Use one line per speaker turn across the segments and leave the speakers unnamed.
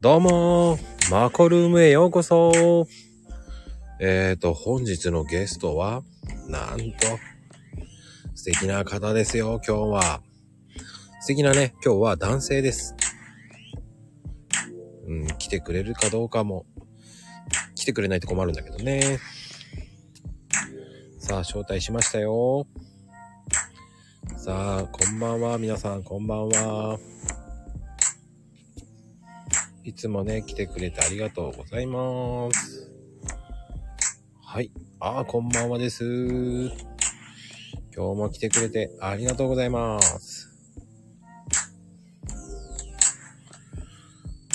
どうもーマコルームへようこそえーと、本日のゲストは、なんと、素敵な方ですよ、今日は。素敵なね、今日は男性です。うん、来てくれるかどうかも、来てくれないと困るんだけどね。さあ、招待しましたよ。さあ、こんばんは、皆さん、こんばんは。いつもね、来てくれてありがとうございます。はい。あーこんばんはです。今日も来てくれてありがとうございます。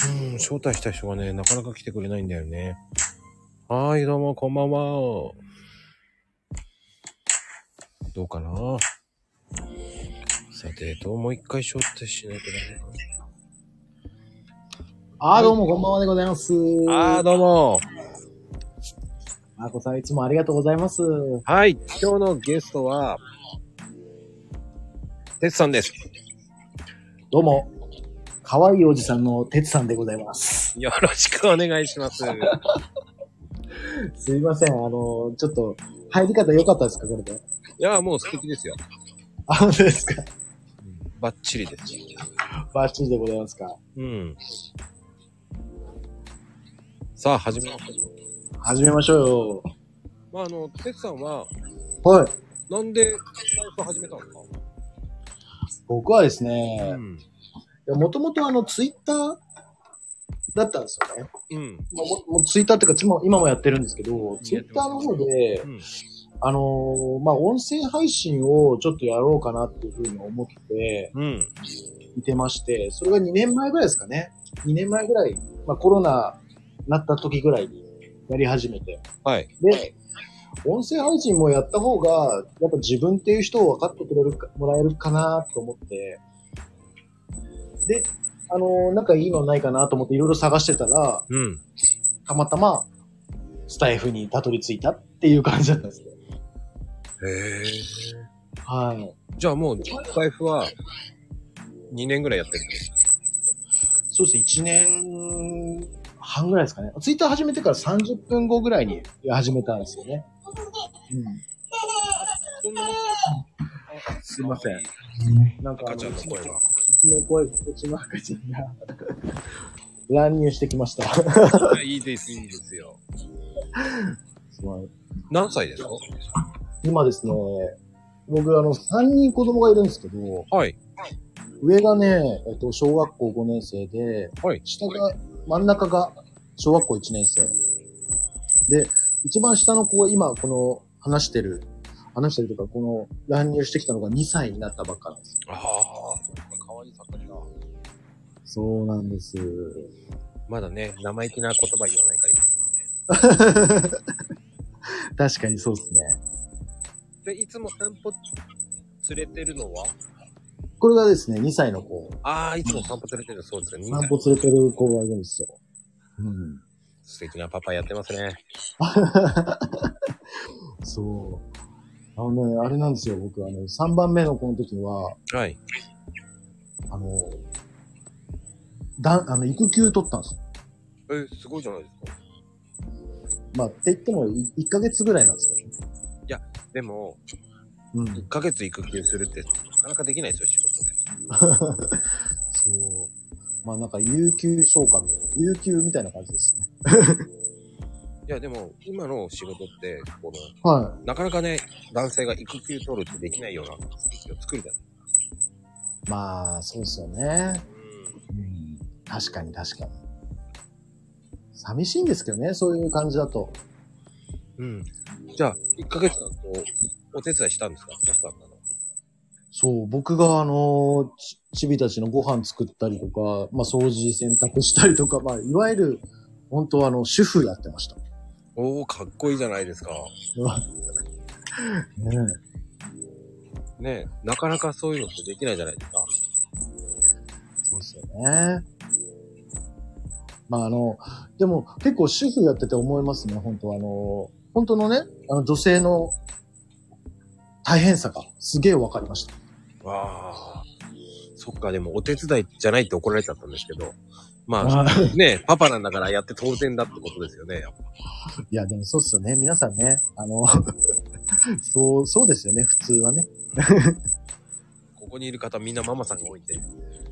うん、招待した人がね、なかなか来てくれないんだよね。はーい、どうも、こんばんは。どうかなさて、どうもう一回招待しないとダメかな。
あー、どうも、こんばんはでございます。
ああ、どうも。
まこさん、いつもありがとうございます。よ
はい、今日のゲストは、てつさんです。
どうも、可愛いおじさんのてつさんでございます。
よろしくお願いし ます。い
すいません、あの、ちょっと、入り方良かったですか、これで。
や、もう素敵ですよ。
あ、本当ですか。
バッチリです。
バッチリでございますか。
うん。さあ、始めます。
始めましょうよ。
まあ、あの、てつさんは、
はい。
なんで、スタイフ始めたんですか
僕はですね、
ん。
もともとあの、ツイッターだったんですよね。
うん。
もうもうツイッターっていうか今、今もやってるんですけど、ツイッターの方で
う、ん。
あのーまあ、音声配信をちょっとやろうかなっていうふうに思って、
うん。
いてまして、それが2年前ぐらいですかね。2年前ぐらい、まあコロナなった時ぐらいにやり始めて。
はい。
で、音声配信もやった方が、やっぱ自分っていう人を分かってくれるか、もらえるかなと思って。で、あのーなんかいいのないかなと思っていろいろ探してたら、
うん。
たまたま、スタイフにたどり着いたっていう感じだったんですよ。
へえ。
はい。
じゃあもう、スタイフは、2年ぐらいやってる。
そうですね、1年半ぐらいですかね。ツイッター始めてから30分後ぐらいに始めたんですよね。うん。
そんなもん
すいません。なんかあ
赤ちゃ
の、
んの
う
声 が。
ちの声、うちの赤ちゃんが 乱入してきました。
いやいいです、いいですよ。何歳ですか
今ですね、僕あの、3人子供がいるんですけど、
はい。
上がね、えっと、小学校5年生で、
はい
下が、真ん中が小学校1年生。で、一番下の子は今、この、話してる、話してるというか、この、乱入してきたのが2歳になったばっかなんです。
ああ、かわいい盛りだ。
そうなんです。
まだね、生意気な言葉言わないからいい。
確かにそうですね。
で、いつも散歩連れてるのは
これがですね、2歳の子、
ああ、いつも散歩連れてるそうですね。
散歩連れてる子がいるんですよ。うん。
素敵なパパやってますね。
そう。あのね、あれなんですよ、僕、あの、3番目の子の時は、
はい。
あの、だあの、育休取ったんですよ。
え、すごいじゃないですか。
まあ、って言ってもい、1ヶ月ぐらいなんですけどね。
でも、
うん。
1ヶ月育休するって、なかなかできないですよ、仕事で。
そう。まあ、なんか、有給消化みたいな、有給みたいな感じですね。
いや、でも、今の仕事って、この、
は
なかなかね、男性が育休取るってできないような空気を作るじゃない
い。まあ、そうですよね。
ですか。
うん。確かに、確かに。寂しいんですけどね、そういう感じだと。
うん。じゃあ、1ヶ月間、こう、お手伝いしたんですかそうだったの。
そう、僕があの、ち、ちびたちのご飯作ったりとか、まあ、掃除洗濯したりとか、まあ、いわゆる、本当あの、主婦やってま した。ね
おー、かっこいいじゃないですか。ねなかなかそういうのってできないじゃないですか。
そうですよね。まあ、あの、でも、結構主婦やってて思いますね、本当あの、本当のね、あの、女性の大変さがすげえわかりました。
わあ。そっか、でもお手伝いじゃないって怒られちゃったんですけど、まあ、
まあ、
ね、パパなんだからやって当然だってことですよね。やっぱ
いや、でもそうっすよね。皆さんね、あの、 そう、そうですよね、普通はね。
ここにいる方みんなママさんが多いんで、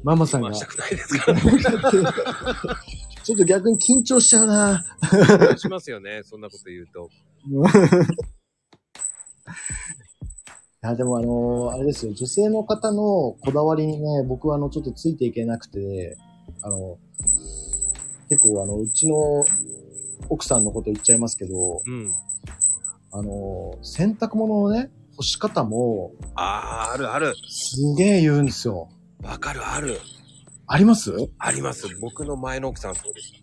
ママさんが
回し。たくないです から。
ちょっと逆に緊張しちゃうな
しますよね、そんなこと言うと。
いや、でもあのーあれですよ、女性の方のこだわりにね、僕はあの、ちょっとついていけなくて、あの、結構あの、うちの奥さんのこと言っちゃいますけど、
うん。
あのー洗濯物のね、干し方も、
あー、あるある。
すげえ言うんですよ。
わかるある。
あります
あります。僕の前の奥さんそうでし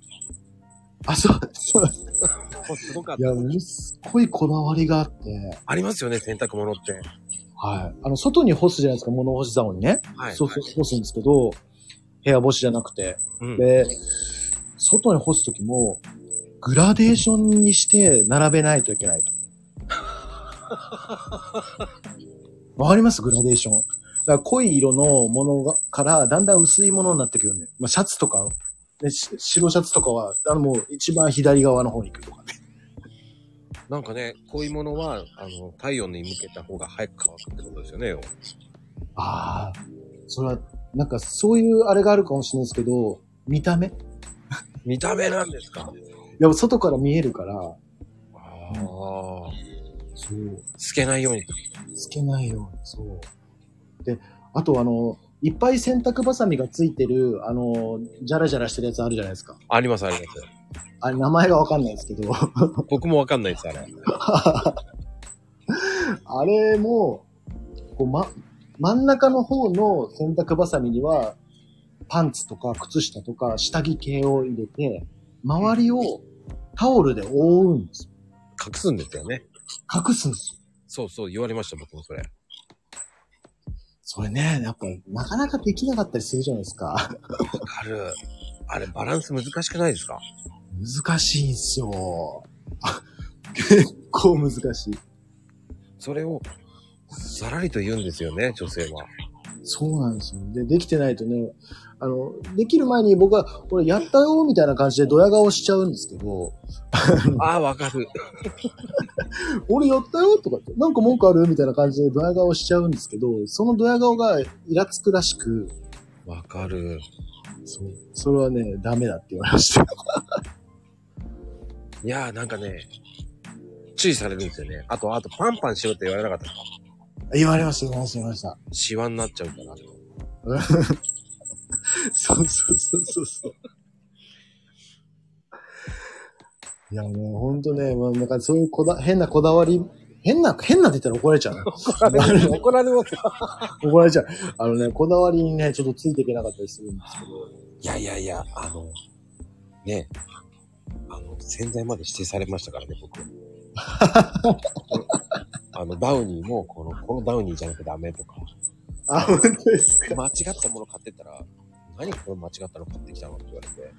あ、そう、そう。
た。もうすごかっ
い
た。
や、ものすごいこだわりがあって、
ありますよね、洗濯物って。
はい。あの、外に干すじゃないですか、物干し竿にね。
はい。
そうそう、干すんですけど、部屋干しじゃなくて。
うん。
で、外に干すときも、グラデーションにして並べないといけないと。 わかりますグラデーション。だから濃い色のものがから、だんだん薄いものになってくるね。まあ、シャツとか、ね、し白シャツとかは、あの、もう一番左側の方に行くとかね。
なんかね、こういうものは、あの、太陽に向けた方が早く乾くってことですよね。要は
ああ、それは、なんかそういうあれがあるかもしれないですけど、見た目い
見た目なんですか
や、外から見えるから、
ああ。
そう。
透けないように。
つけないように、そう。で、あとあの、いっぱい洗濯バサミがついてる、あの、じゃらじゃらしてるやつあるじゃないですか。
あります、あります。
あれ、名前がわかんないですけど、
僕もわかんないです、あれ。
あれも、こう、ま、真ん中の方の洗濯バサミには、パンツとか靴下とか下着系を入れて、周りをタオルで覆うんですよ。
隠すんですよね。
隠すんですよ。
そうそう、言われました、僕もそれ。
それね、やっぱ、なかなかできなかったりするじゃないですか。
わかる。あれ、バランス難しくないですか
難しいんすよ。 結構難しい。
それを、さらりと言うんですよね、女性は。
そうなんですよ。で、できてないとね、あの、できる前に僕は、これやったよみたいな感じでドヤ顔しちゃうんですけど、
ああ、わかる。
俺やったよとかって、なんか文句あるみたいな感じでドヤ顔しちゃうんですけど、そのドヤ顔がイラつくらしく、
わかる。
そうそれはね、ダメだって言われました。
いやー、なんかね、注意されるんですよね。あと、あと、パンパンしろって言われなかったですか
言われました、言われました、言われました。
シワになっちゃうから。
そうそうそうそうそう。いや、もうほんとね、まあ、なんかそういうこだ、変なこだわり、変な、変なって言ったら怒られちゃうな。
怒られます
怒られちゃう。あのね、こだわりにね、ちょっとついていけなかったりするんですけど。
いやいやいや、あの、ね、あの、洗剤まで指定されましたからね、僕。 あの、ダウニーも、この、このダウニーじゃなきゃダメとか。
あ、本当ですか。
間違ったもの買ってったら、何これ間違ったの買ってきたのって言われて、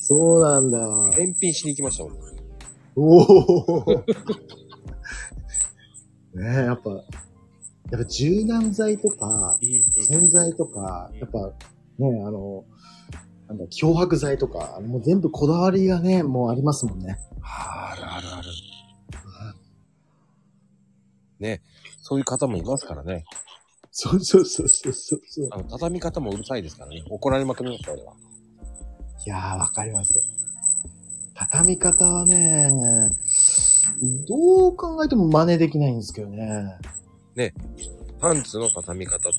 そうなんだ。
返品しに行きましたもん。
おお。ねえ、やっぱ、やっぱ柔軟剤とか、洗剤とか、やっぱね、あの、なんだ、漂白剤とか、もう全部こだわりがね、もうありますもんね。
あるあるある。ね、そういう方もいますからね。
そうそうそうそうそうそう。
あの、畳み方もうるさいですからね。怒られまくりました、俺は。
いやー、わかります。畳み方はね、どう考えても真似できないんですけどね。
パンツの畳み方と、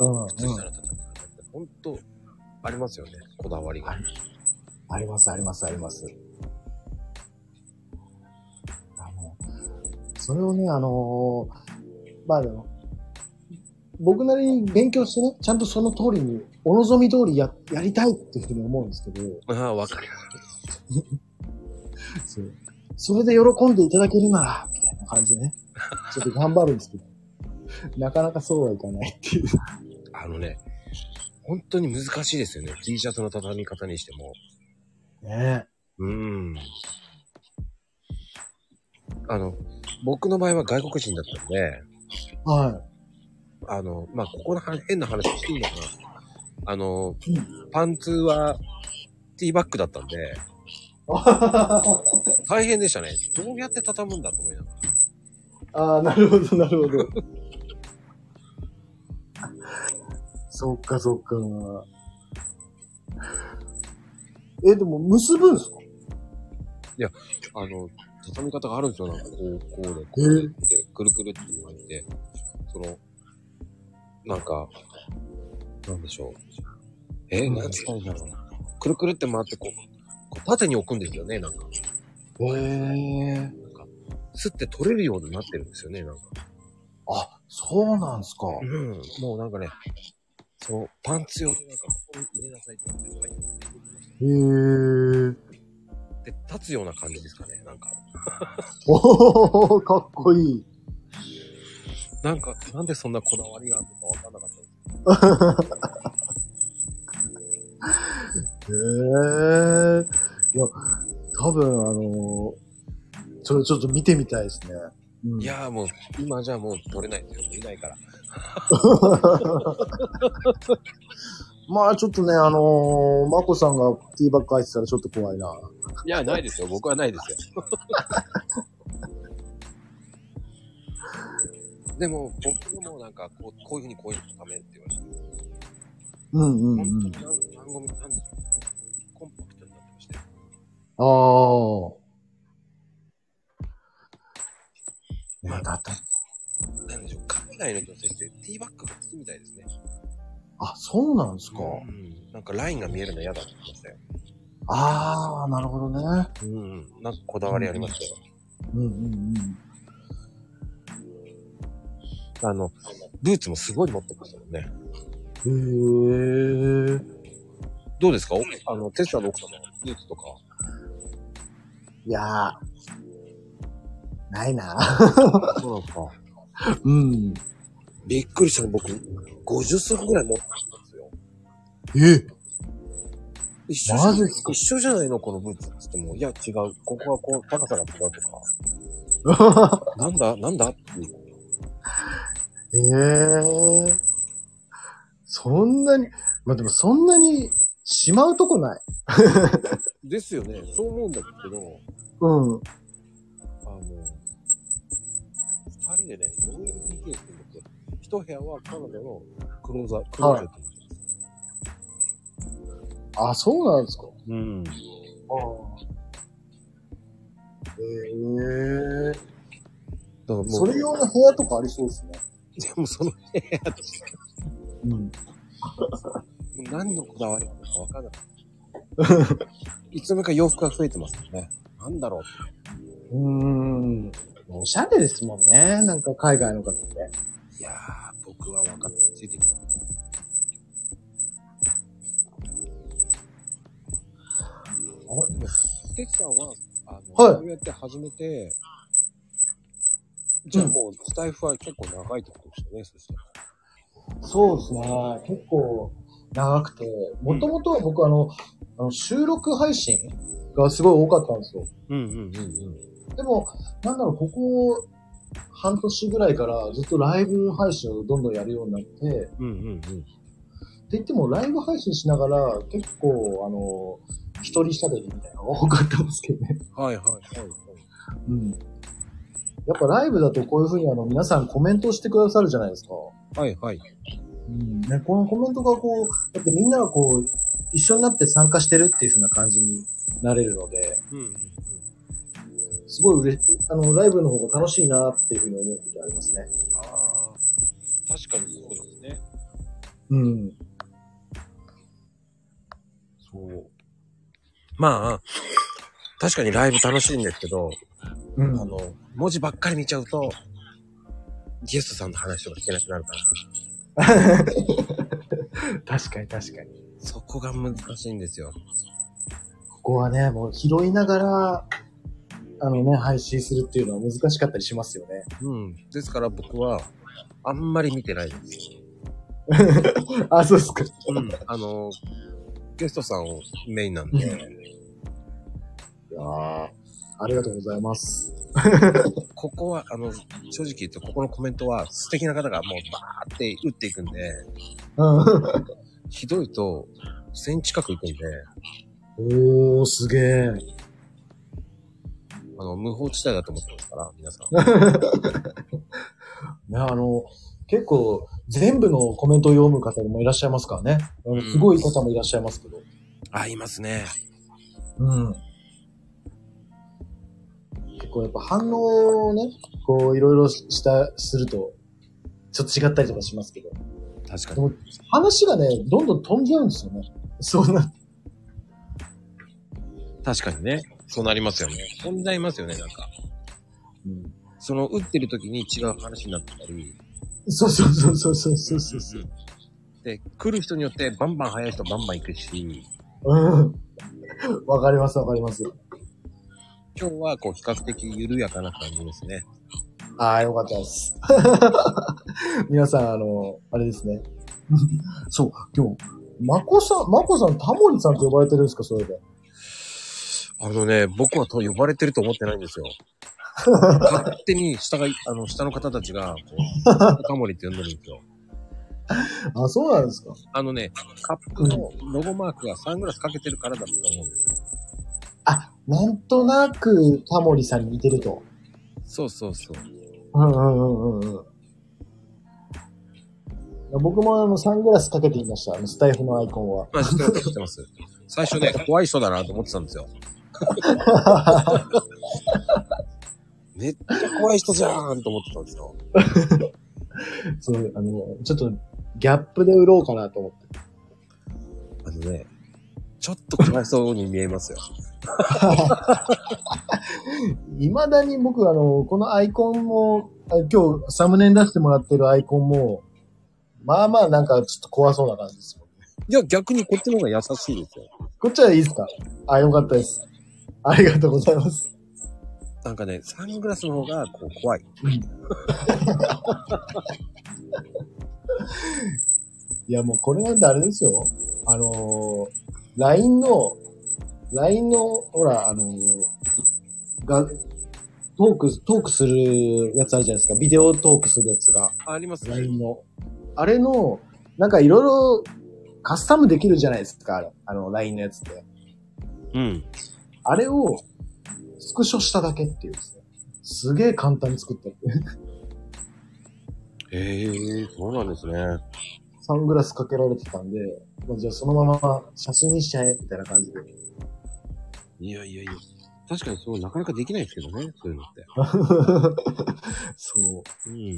うん、うん。
靴下の畳み方って、ほんと、ありますよね。こだわりが。
あります、あります、あります。あの、それをね、あのーまあでも、僕なりに勉強してね、ちゃんとその通りに、お望み通りや、やりたいっていうふうに思うんですけど、
ああ、わかる。
そうそれで喜んでいただけるなら、みたいな感 じでね、ちょっと頑張るんですけど、なかなかそうはいかないっていう。
あのね、本当に難しいですよね。T シャツの畳み方にしても。
ね
うーん。あの、僕の場合は外国人だったんで、
は
あの、まあ、ここの話変な話していいのかな。あの、パンツはティーバッグだったんで、大変でしたね。どうやって畳むんだと思いながら。
ああ、なるほど、なるほど。 そっか、そっか。え、でも、結ぶんすか
あの、畳み方があるんですよ。なんかこう、こうで、こ
え
うで、くるくるって巻いて、その、なんか、なんでしょう。えー、なんつったらいいんだろうな。くるくるって回ってこう、こう縦に置くんですよね、なんか。
ええ
すって取れるようになってるんですよね、なんか。
あ、そうなんすか。
うん。もうなんかね、そのパンツ用のなんか、ここに入れなさいって言われて、はい
へえ。
で、立つような感じですかね、なんか。
おー、かっこいい。
なんか、なんでそんなこだわりがあるのかわかんなかったです。
へえ。いや、多分、あのーそれちょっと見てみたいですね。うん
いやーもう、今じゃもう取れないですよ。いないから。
まあちょっとね、あのー、マコさんがティーバッグ入ってたらちょっと怖いな。
いや、ないですよ。僕はないですよ。 でも、僕もなんか、こう、こういうふうにこういうのめって言われて、
うんうんう
本当
ん
に。何、何ゴミ、何でしょう。コンパクトになってましたよ。
ああ。まあだって、
なんでしょう。海外の女性ってティーバッグが好きみたいですね。
あ、そうなんですか。
うん。なんかラインが見えるの嫌だって言ってましたよ。
ああ、なるほどね。
うん。なんかこだわりありましたよ。
うんうん
あの、ブーツもすごい持ってましたもんね。
うん。へえ。
どうですかおあの、テスラの奥様のブーツとか。
いやー。ないな。
そうなんですか。
うん。
びっくりしたの僕、50足ぐらい持ってたんですよ。
え
一緒じゃ
マジっすか
一緒じゃないのこのブーツってっても、いや違う。ここはこう、高さが違うとか。なんだなんだっていう。
えー。そんなに、まあでもそんなにしまうとこない。
ですよね。そう思うんだけど、
うん。
あの、二人でね、4LDK って言って、一部屋は彼女のクローザー、クローゼットにしてます。
あ、そうなんですか。
うん。
あえ
だ
え
からもう、
それ用の部屋とかありそうですね。
でもその部屋として、
うん。
何のこだわりなのかわからない。 いつの間にか洋服が増えてますよね。なんだろう
うん。おしゃれですもんね。なんか海外の方って。
いやー、僕は分かってついてきてます。あれでも、テキさんは、あの、
はい
こうやって始めて、じゃあもう、スタイフは結構長いってことですよね、そしたら。
そうですね。結構長くて、もともとは僕あの、あの収録配信がすごい多かったんですよ。
うんうんうんうん。
でも、なんだろう、ここ半年ぐらいからずっとライブ配信をどんどんやるようになって、
うんうんうん。
って言っても、ライブ配信しながら、結構、あの、一人喋りみたいなのが多かったんですけどね。
はいはいはい、はい。
うん。やっぱライブだとこういうふうにあの、皆さんコメントをしてくださるじゃないですか。
はいはい。
うん。ね、このコメントがこう、だってみんながこう、一緒になって参加してるっていうふうな感じになれるので、
うんうんうん。
すごい嬉しい。あの、ライブの方が楽しいなっていうふうに思う時ありますね。
ああ、確かにそうですね。
うん。そう。
まあ、確かにライブ楽しいんですけど、
うん。
あの、文字ばっかり見ちゃうと、ゲストさんの話とか聞けなくなるから、
確かに確かに。
そこが難しいんですよ。
ここはね、もう拾いながら、あのね、配信するっていうのは難しかったりしますよね。
うん。ですから僕は、あんまり見てないです。
あ、そうですか。
うん。あの、ゲストさんをメインなんで、
いやーありがとうございます。
ここは、あの、正直言って、ここのコメントは素敵な方がもうバーって打っていくんで、
うん。
ひどいと、1000近く行くんで、
おー、すげえ。
あの、無法地帯だと思ってますから、皆さん。
ね、あの、結構、全部のコメントを読む方もいらっしゃいますからね。あのすごい方もいらっしゃいますけど。
あ、いますね。
うん。結構やっぱ反応をね、こう、いろいろした、すると、ちょっと違ったりとかしますけど。
確か
で
に。
も、話がね、どんどん飛んじゃうんですよね。そうな、
確かにね。そうなりますよね。飛んじゃいますよね、なんか。
うん、
その、打ってる時に違う話になってたり。
そうそうそうそうそうそうそうそう。
で、来る人によってバンバン速い人バンバン行くし、
うん。わかります、わかります。
今日はこう比較的緩やかな感じですね。
ああ、よかったです。 皆さん、あの、あれですね。 そう、今日、まこさん、まこさん、タモリさんって呼ばれてるんですか、それで。
あのね、僕はと呼ばれてると思ってないんですよ。勝手に下が、あの、下の方たちが、こう、タモリって呼んでるんですよ。
あ、そうなんですか。
あのね、カップのロゴマークがサングラスかけてるからだと思うんですよ。
なんとなく、タモリさんに似てると。
そうそうそう。
うんうんうんうんうん。僕もあの、サングラスかけていました、あのスタイフのアイコンは。
まあ、知ってます、知ってます。最初ね、怖い人だなと思ってたんですよ。めっちゃ怖い人じゃーんと思ってたんですよ。
そう、あの、ちょっと、ギャップで売ろうかなと思って。
あのね、ちょっと怖いそうに見えますよ。
いまだに僕、あの、このアイコンも、あ今日サムネに出してもらってるアイコンも、まあまあなんかちょっと怖そうな感じですもんね。
いや、逆にこっちの方が優しいですよ。
こっちはいいですかあ、よかったです。ありがとうございます。
なんかね、サングラスの方がこう怖い。
いや、もうこれなんてあれですよ。あのー LINE の、LINE の、ほら、あのーが、トーク、トークするやつあるじゃないですか。ビデオトークするやつが。
ありますね。
LINE の。あれの、なんかいろいろカスタムできるじゃないですか、あれあの LINE のやつって。
うん。
あれをスクショしただけっていうですね。すげえ簡単に作ったって。
へえー、そうなんですね。
サングラスかけられてたんで、まあ、じゃあそのまま写真にしちゃえ、みたいな感じで。
いやいやいや。確かにそう、なかなかできないですけどね、そういうのって。
そう。
うん。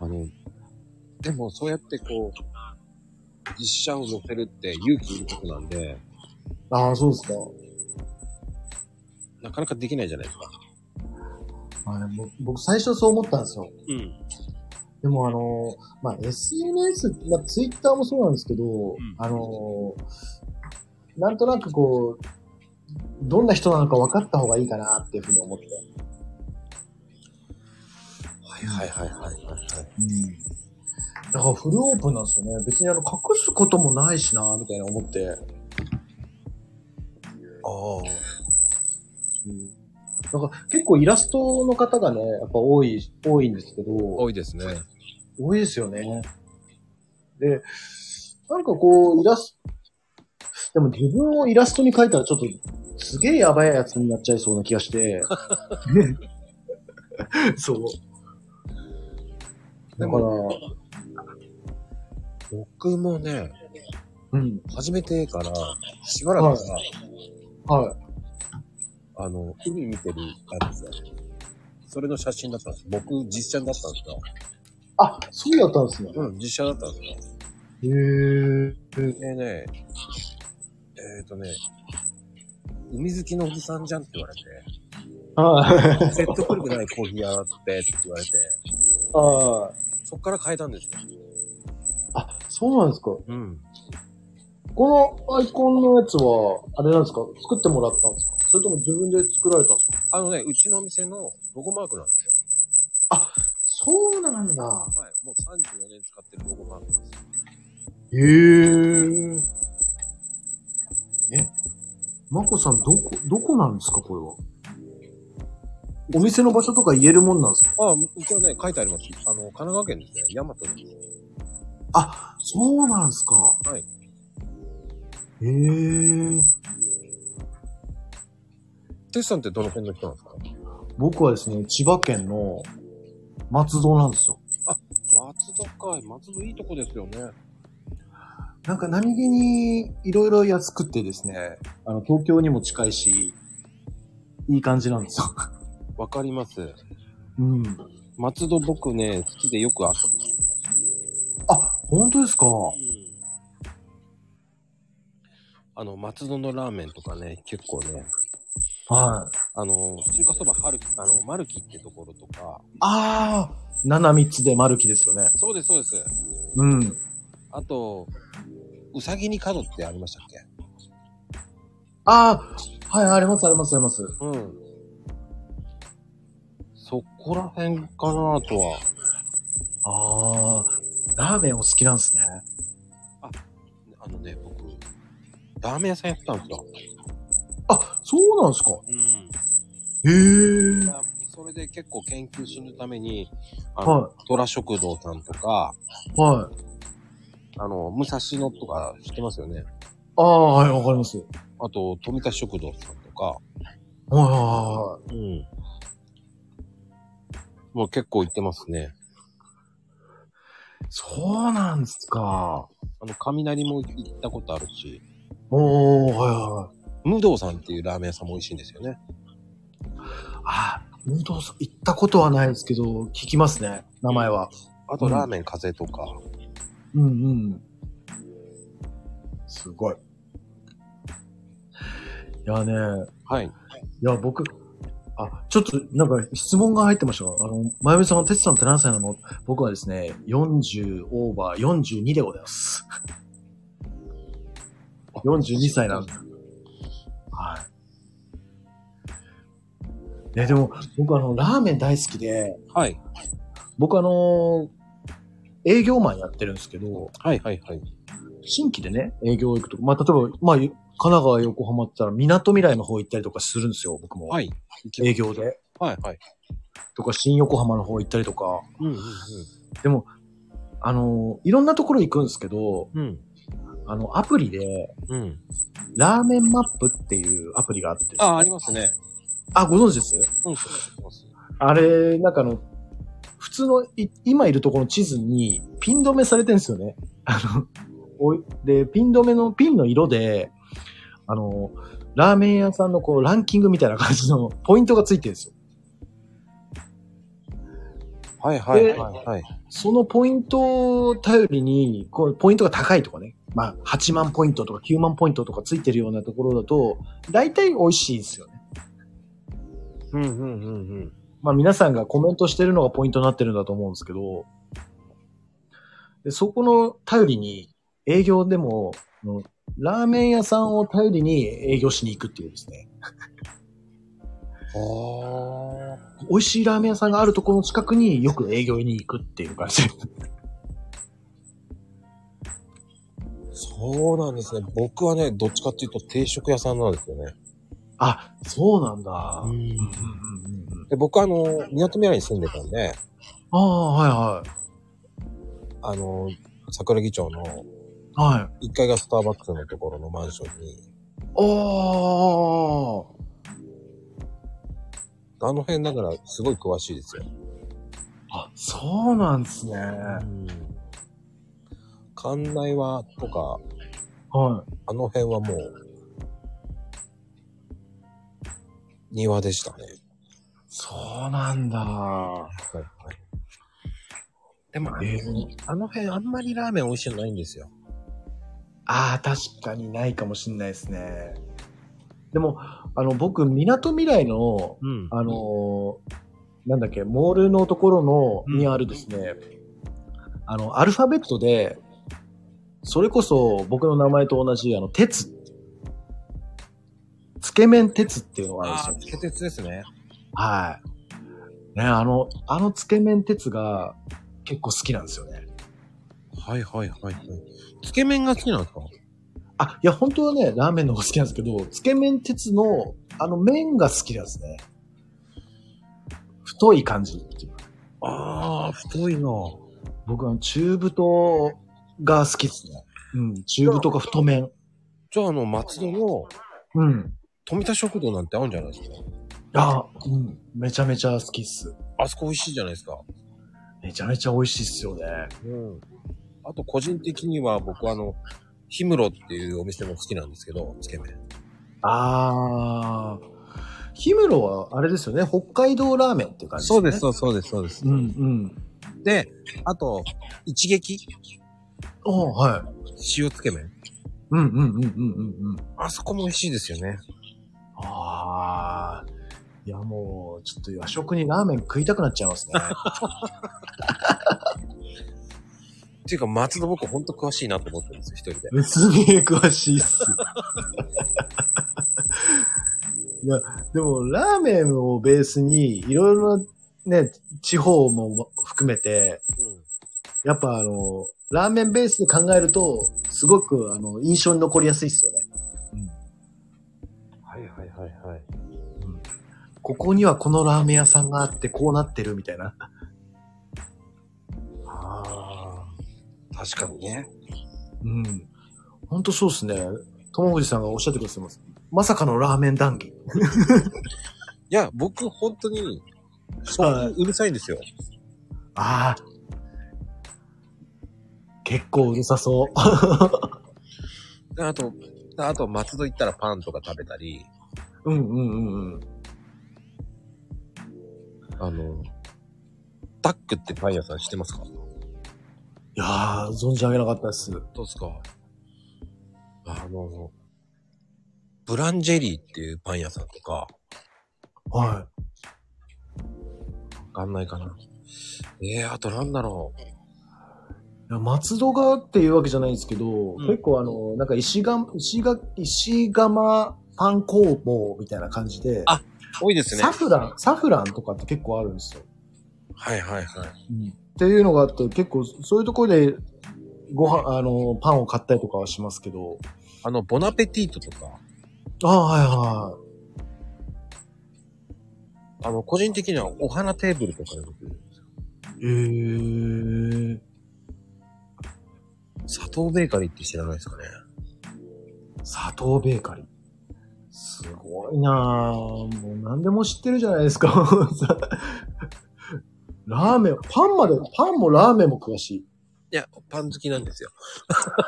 あの、でもそうやってこう、実写を載せるって勇気いることなんで、
ああ、そうですか。
なかなかできないじゃないですか。
まあでも僕最初そう思ったんですよ。
うん。
でもあのーまあ、SNS、まあ、ツイッターもそうなんですけど、
ん
あのーなんとなくこう、どんな人なのか分かった方がいいかなっていうふうに思って。
はいはいはいはい、はい。
だからフルオープンなんですよね。別にあの、隠すこともないしなみたいな思って。
ああ。
うん。だから結構イラストの方がね、やっぱ多い、多いんですけど。
多いですね。
多いですよね。で、なんかこう、イラスト、でも自分をイラストに描いたらちょっと、すげえやばいやつになっちゃいそうな気がして。そう。だから、
僕もね、
うん。
始めてから、しばらくは、
は
あの、海見てるやつそれの写真だったんです。僕、実写だったんですよ。
い。あ、そうだったんですね。
うん、実写だったんですよ。
へー。
でね、えっ、ー、とね、海好きのおじさんじゃんって言われて、
はい。
説得力ないコーヒー屋ってって言われて、
あ
そっから変えたんですよ。
あ、そうなんですか。
うん。
このアイコンのやつは、あれなんですか作ってもらったんですかそれとも自分で作られたんですか
あのね、うちのお店のロゴマークなんですよ。
そうなんだ。
はい。もう34年使ってるロゴマークなんですよ。
へえ。え、まこさん、どこ、どこなんですか、これは。お店の場所とか言えるもんなんですか
ああ、うちはね、書いてあります。あの、神奈川県ですね。大和です。。
あ、そうなんですか。はいへえ。
テスさんってどの辺の人なんですか
僕はですね、千葉県の松戸なんですよ。
松戸かい。松戸いいとこですよね。
なんか何気にいろいろ安くてですね、あの、東京にも近いし、いい感じなんですよ。
わかります。
うん。
松戸僕ね、好きでよく遊ぶ。
あ、本当ですか
あの、松戸のラーメンとかね、結構ね、
はい。
あの、中華そば春樹、あの、マルキってところとか、
ああ、七三つで丸木ですよね。
そうです、そうです。
うん。
あと、うさぎに角ってありましたっけ
ああ、はい、あります、あります、あります。
うん。そこら辺かなとは。
ああ、ラーメンお好きなんですね。
あのね、僕、ラーメン屋さんやってたんですよ。
あ、そうなんですか
うん。
へえ。
それで結構研究するために、あの、
は
虎食堂さんとか、
い、はい。
あの、武蔵野とか知ってますよね。
ああ、はい、わかります。はい、
あと、富田食堂さんとか、
は
うん。もう結構行ってますね。
い、はい。そうなんですか。
あの、雷も行ったことあるし、
おー、はい、はい。
無道さんっていうラーメン屋さんも美味しいんですよね。
ああ、武藤さん、行ったことはないですけど、聞きますね、名前は。
あと、ラーメン風とか、
うんうん。すごい。いやね、
はい。
いや、僕、あ、ちょっと、なんか質問が入ってましたが、あの、まゆみさんは、てつさんって何歳なの僕はですね、40オーバー42でございます。42歳なんだ。はい。ね、でも、僕あの、ラーメン大好きで、
はい。
僕あの営業マンやってるんですけど、
はい、はい、はい。
新規でね、営業行くとか、まあ、例えば、まあ、神奈川、横浜って言ったら、港未来の方行ったりとかするんですよ、僕も。
はい。
営業で。
はい、はい。
とか、新横浜の方行ったりとか。
うん、うん、
でも、あの、いろんなところ行くんですけど、
うん。
あの、アプリで、
うん。うん。
ラーメンマップっていうアプリがあって、
あ、ありますね。
あ、ご存知です
うん、そうですそうです。
あれ、なんかあの、普通のい、今いるところの地図にピン止めされてるんですよね。あの、おいで、ピン止めの、ピンの色で、あの、ラーメン屋さんのこう、ランキングみたいな感じのポイントがついてるんですよ。
はい、はい、
で
はい、はい。
そのポイントを頼りに、こう、ポイントが高いとかね。まあ、8万ポイントとか9万ポイントとかついてるようなところだと、大体美味しいんですよね。
うん、うん、うん、うん。
まあ皆さんがコメントしてるのがポイントになってるんだと思うんですけど、でそこの頼りに、営業でも、あのラーメン屋さんを頼りに営業しに行くっていうですね、
あ
美味しいラーメン屋さんがあるところの近くによく営業に行くっていう感じ。
あ、そうなんですね。僕はね、どっちかっていうと定食屋さんなんですよね。
あ、そうなんだ。うん
ん
うんうんうん
で僕あの、港未来に住んでたんで、
ああ、はい
あの、桜木町の
はい。はい。
1階がスターバックスのところのマンションに、
おー。
あの辺だからすごい詳しいですよ。
あ、そうなんですね。
うん。館内はとか、
は
あの辺はもう、庭でしたね。
い。そうなんだ。
はいはい。でも、
えー
あの辺あんまりラーメン美味しいのないんですよ。
ああ、確かにないかもしんないですね。でも、あの、僕、港未来の、
うん
あのーなんだっけ、モールのところ
う
の、
ん
にあるですね、あの、アルファベットで、それこそ僕の名前と同じ、あの、鉄。つけ麺鉄っていうのがあるんです
ああ、。地
よ
下鉄ですね。
はい。ね、あの、あのつけ麺鉄が結構好きなんですよね。
はいはいはいはい。つけ麺が好きなんですか
あ、いや、本当はね、ラーメンの方が好きなんですけど、つけ麺鉄の、あの、麺が好きなんですね。太い感じっていうか。
ああ、太いの。
僕は中太が好きですね。うん。中太か太麺。
じゃあ、あの、松戸の
うん。
富田食堂なんてあるんじゃないですか
あ、うん。めちゃめちゃ好きっす。
あそこ美味しいじゃないですか。
めちゃめちゃ美味しいっすよね。
うん。あと、個人的には僕あの、ヒムロっていうお店も好きなんですけど、つけ麺。
あー。ヒムロは、あれですよね。北海道ラーメンっていう感じね。うで
そうです、そうです
うん、うん。
で、あと、一撃
おーはい。
塩つけ麺。
うん、うん、うん、うん、うん、うん。
あそこも美味しいですよね。
ああ。いや、もう、ちょっと夜食にラーメン食いたくなっちゃいますね。
っていうか、松戸僕ほんと詳しいなと思ってるんですよ、一人で。
すげえ詳しいっす。 いや、でも、ラーメンをベースに、いろいろなね、地方も含めて、やっぱあの、ラーメンベースで考えると、すごく、あの、印象に残りやすいっすよね。
はいはいはいはい。
ここにはこのラーメン屋さんがあって、こうなってるみたいな。
ああ。確かにね。
うん。ほんとそうっすね。友藤さんがおっしゃってくださいます。まさかのラーメン談義。
いや、僕本当に、そういううるさいんですよ。
ああ。結構うるさそう。
であと、あと松戸行ったらパンとか食べたり、
うんうんうんうん。
あの、タックってパン屋さん知ってますか
いやー、存じ上げなかったです。
どうですかあの、ブランジェリーっていうパン屋さんとか、
は
わかんないかな。ええあとなんだろう。
い。いや松戸がっていうわけじゃないんですけど、
ん
結構あの、なんか石が、石が、石窯パン工房みたいな感じで、
あ多いですね。
サフラン、サフランとかって結構あるんですよ。
はいはいはい。
っていうのがあって、結構そういうところで、ご飯、あの、パンを買ったりとかはしますけど、
あの、ボナペティートとか、
ああ、はいは
あの、個人的にはお花テーブルとかよく、
い。ええ。
砂糖ベーカリーって知らないですかね。
砂糖ベーカリー。すごいなぁ。もう何でも知ってるじゃないですか。 ラーメン、パンまで、パンもラーメンも詳しい。
いや、パン好きなんですよ。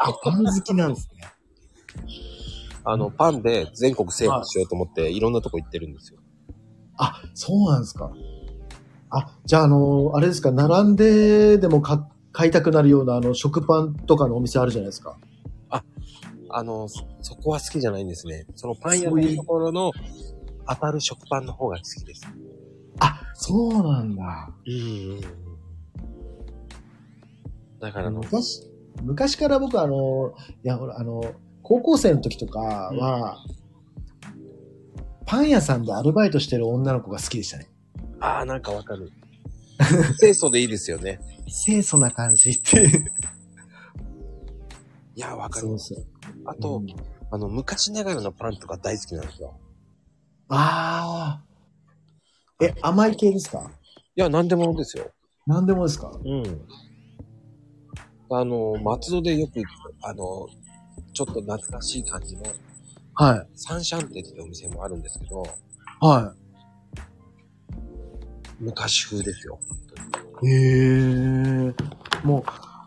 あ、パン好きなんですね。
あの、パンで全国制覇しようと思って、いろんなとこ行ってるんですよ。
あ、そうなんですか。あ、じゃああのーあれですか、並んででもか買いたくなるようなあの食パンとかのお店あるじゃないですか。
あの、そそこは好きじゃないんですね。そのパン屋のところの当たる食パンの方が好きです。
あ、そうなんだ。
うん。だからあの、
昔、昔から僕あの、いや、ほら、あの、高校生の時とかは、パン屋さんでアルバイトしてる女の子が好きでしたね。
ああ、なんかわかる。清楚でいいですよね。
清楚な感じっていう。
いや、わかる
そう。そう。
あと、
うん
あの、昔ながらのパンとか大好きなんですよ。
ああ。え、甘い系ですか
いや、なんでもですよ。
何でもですか
うん。あの、松戸でよく、あの、ちょっと懐かしい感じの、
はい。
サンシャンテってお店もあるんですけど、
は
昔風ですよ。本当に
い。へえ。もう、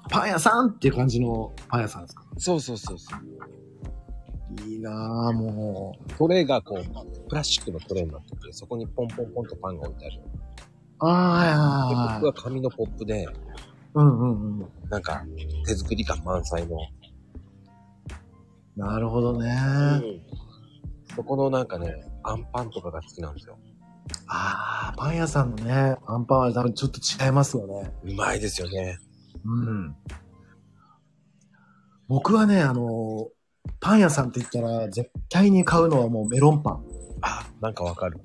パン屋さんっていう感じのパン屋さんですか
そうそうそうそう。
いいなぁ、もう。
トレーがこう、プラスチックのトレーになってて、そこにポンポンポンとパンが置いてある。で、
あ
僕
あ
は、紙のポップで、
うんうんうん。
なんか、手作り感満載の、
なるほどね。
そこのなんかね、アンパンとかが好きなんですよ。
ああ、パン屋さんのね、アンパンは多分ちょっと違いますよね。
うまいですよね。
うん。僕はね、あの、パン屋さんって言ったら、絶対に買うのはもうメロンパン。
あ、なんかわかる。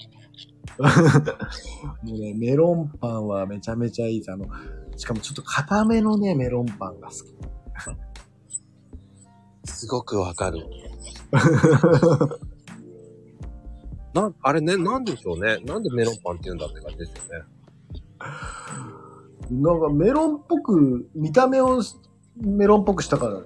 もうね、メロンパンはめちゃめちゃいいです。あの、しかもちょっと固めのね、メロンパンが好き。
すごくわかる。な、あれね、なんでしょうね。なんでメロンパンって言うんだって感じですよね。
なんかメロンっぽく見た目をメロンっぽくしたから。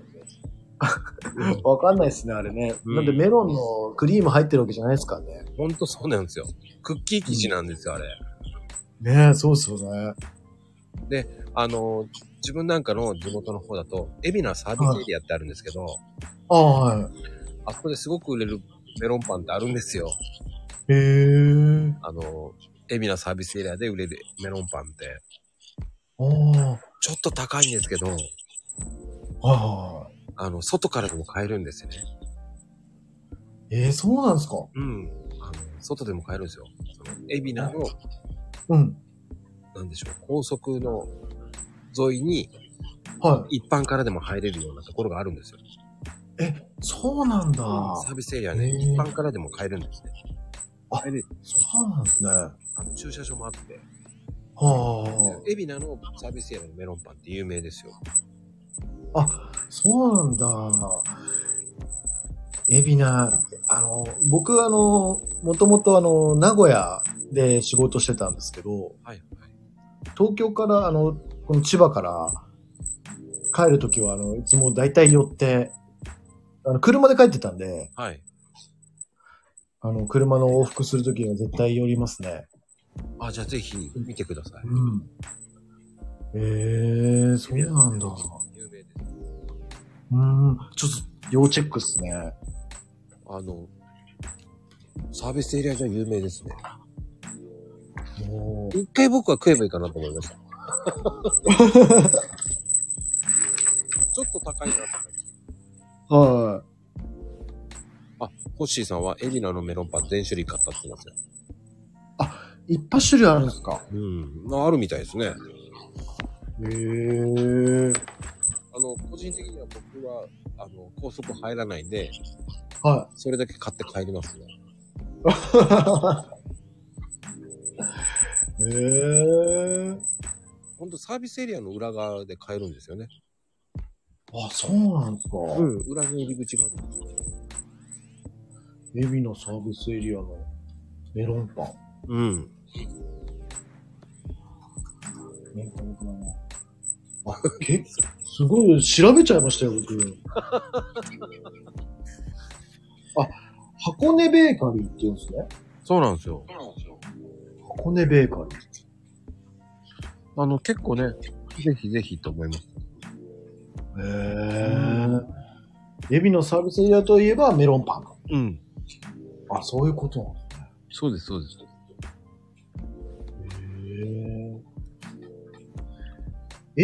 わかんないですね、あれね。
うん
なんでメロンのクリーム入ってるわけじゃないですからね。
ほんとそうなんですよ。クッキー生地なんですよ、あれ。
ねえ、そうっすよね。
あの、自分なんかの地元の方だと、海老名サービスエリアってあるんですけど、
ああ、はい。
あそこですごく売れるメロンパンってあるんですよ。
へえ。
あの、海老名サービスエリアで売れるメロンパンって。
あ
ちょっと高いんですけど、
あ、は
あの、外からでも買えるんですよね。
い。ええそうなんですか
うん。あの、外でも買えるんですよ。その、海老名の、
うん。
なんでしょう、高速の沿いに、
は
一般からでも入れるようなところがあるんですよ。
い。え、そうなんだ。
サービスエリアね、
へー
一般からでも買えるんですね。
あ
入れる
そうなんですね。は
あの駐車場もあって、
あ。
海老名のサービスエリアのメロンパンって有名ですよ。
そうなんだ。海老名、あの、僕あの、もともとあの、名古屋で仕事してたんですけど、
はい
東京から、あの、この千葉から帰るときは、あの、いつも大体寄って、あの、車で帰ってたんで、
はい。はい。
あの、車の往復するときは絶対寄りますね。
あ、じゃあぜひ見てください。
うん。ええー、そうなんだ。
有名です。
うん、ちょっと要チェックっすね。
あの、サービスエリアじゃ有名ですね。
おー
一回僕は食えばいいかなと思いました。 ちょっと高いなと思って。
は
ホッシーさんはエリナのメロンパン全種類買ったって言いますよ。
い。いっぱい種類あるんですか
うん。まあ、あるみたいですね。
へえー。
あの、個人的には僕は、あの、高速入らないんで、
は
それだけ買って帰りますね。
い。へえー。
ほんとサービスエリアの裏側で買えるんですよね。
あ、そうなんですか。
うん。裏の入り口があるんですよ。
海老名サービスエリアのメロンパン。
うん。
メロンパンあ、け、すごい、調べちゃいましたよ、 僕。あ、箱根ベーカリーって言うんですね。
そうなんですよ。
箱根ベーカリー。
あの、結構ね、ぜひぜひと思います。
へえ。海老名サービスエリアといえばメロンパン。
うん。
あ、そういうことなんです
そうです、そうです。
ね。へ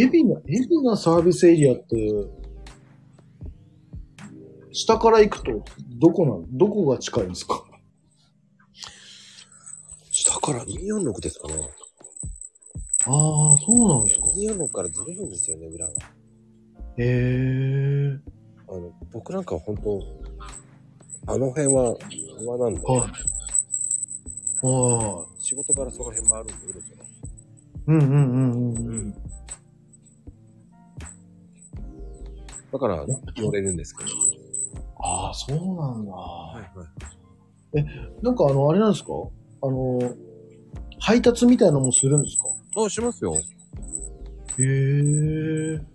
え。海老名、海老名サービスエリアって、下から行くと、どこなん、どこが近いんですか
下から246ですかね。
ああ、そうなんですか。
246からずれるんですよね、裏は。
へえ。
あの、僕なんかは本当あの辺は暇なんで、
はい。は
仕事からその辺もあるんで、うろちょろ。
い。うんうんうんうん。うん、
だから、乗れるんですけど。
ああ、そうなんだ。
いはい。
なんかあの、あれなんですかあの、配達みたいなのもするんですか
そうしますよ。
へえ。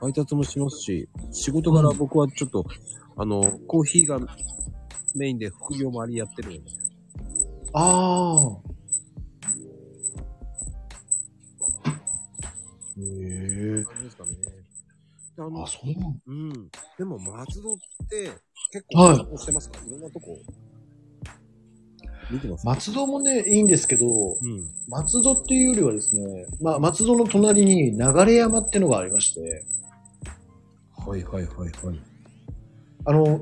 配達もしますし、仕事から僕はちょっと、あの、コーヒーがメインで副業もありやってるので。
ああ。へえ。
感じですかね。であの
あ、、そうなんだ。
うん。でも、松戸って結
はい
構、してますから、いろんなとこ、見てます
松戸もね、いいんですけど、
うん。
松戸っていうよりはですね、まあ、松戸の隣に流山ってのがありまして、
はいはいはいはい。
あの、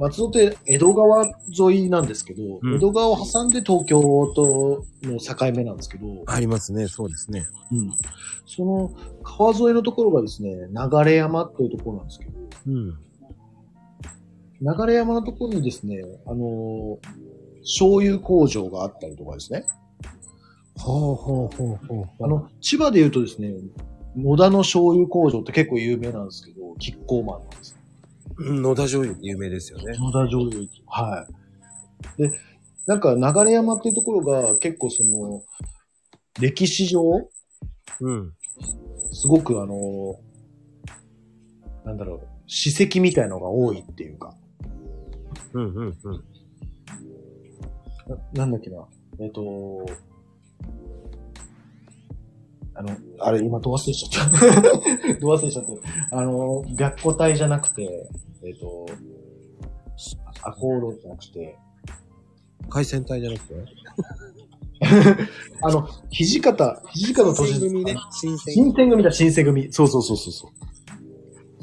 松戸って江戸川沿いなんですけど、
うん
江戸川を挟んで東京との境目なんですけど、
ありますね、そうですね。
うん、その川沿いのところがですね、流山っていうところなんですけど、
うん。
流山のところにですね、あのー醤油工場があったりとかですね。
ほうほうほうほう。
あの、千葉で言うとですね、野田の醤油工場って結構有名なんですけど、キッコーマンなんですよ。
うん野田醤油って有名ですよね。
野田醤油。はい。で、なんか流山っていうところが結構その、歴史上、
うん。
すごくあの、なんだろう、史跡みたいのが多いっていうか。
うんうんうん。
ななんだっけな。えっ、と、あの、あれ、今、ど忘れしちゃった。 ど忘れしちゃった。あの、白虎隊じゃなくて、えっ、と、アコーロじゃなくて、
海鮮体じゃなくて
あの、土方、土方歳三
ね。新選
新選組だ、新選組。そうそうそうそうそう。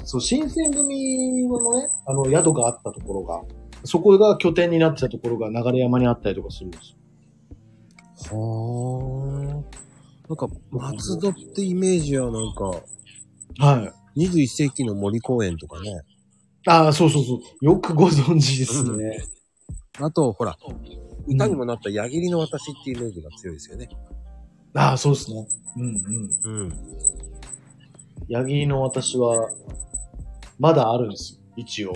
そう、新選組のね、あの、宿があったところが、そこが拠点になってたところが流山にあったりとかするんですよ。
組。はあ。なんか、松戸ってイメージはなんか、
はい。
21世紀の森公園とかね。
ああ、そうそうそう。よくご存知ですね。
あと、ほら、歌にもなった矢切の私っていうイメージが強いですよね。
ああ、そうですね。うんうん。
うん。
ヤギの私は、まだあるんですよ。一応。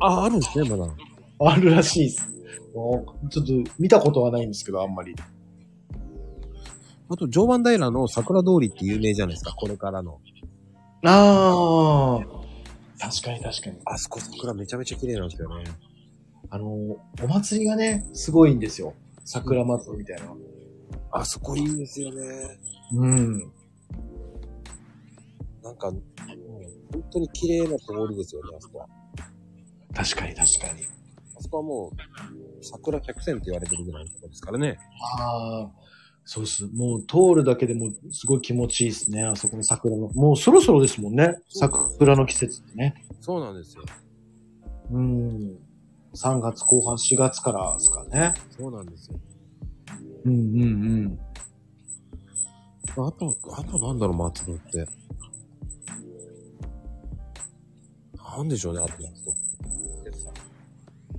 あ、あるんですね、まだ。
あるらしいです。もうちょっと見たことはないんですけど、あんまり。
あと、常磐平の桜通りって有名じゃないですか、これからの。
ああ。確かに確かに。
あそこ桜めちゃめちゃ綺麗なんですよね。
あの、お祭りがね、すごいんですよ。桜祭りみたいな。
あそこいいですよね。
うん。
なんか、もう本当に綺麗な通りですよね、あそこは。
確かに確かに。
あそこはもう、桜百選って言われてるぐらいのとこですからね。
ああ、そうっす。もう通るだけでもすごい気持ちいいですね。あそこの桜の。もうそろそろですもんね。桜の季節ってね。
そうなんですよ。
うん。3月後半、4月からですかね。
そうなんですよ。
うんうん
あと、あとなんだろう、松戸って。なんでしょうね、あと松戸って。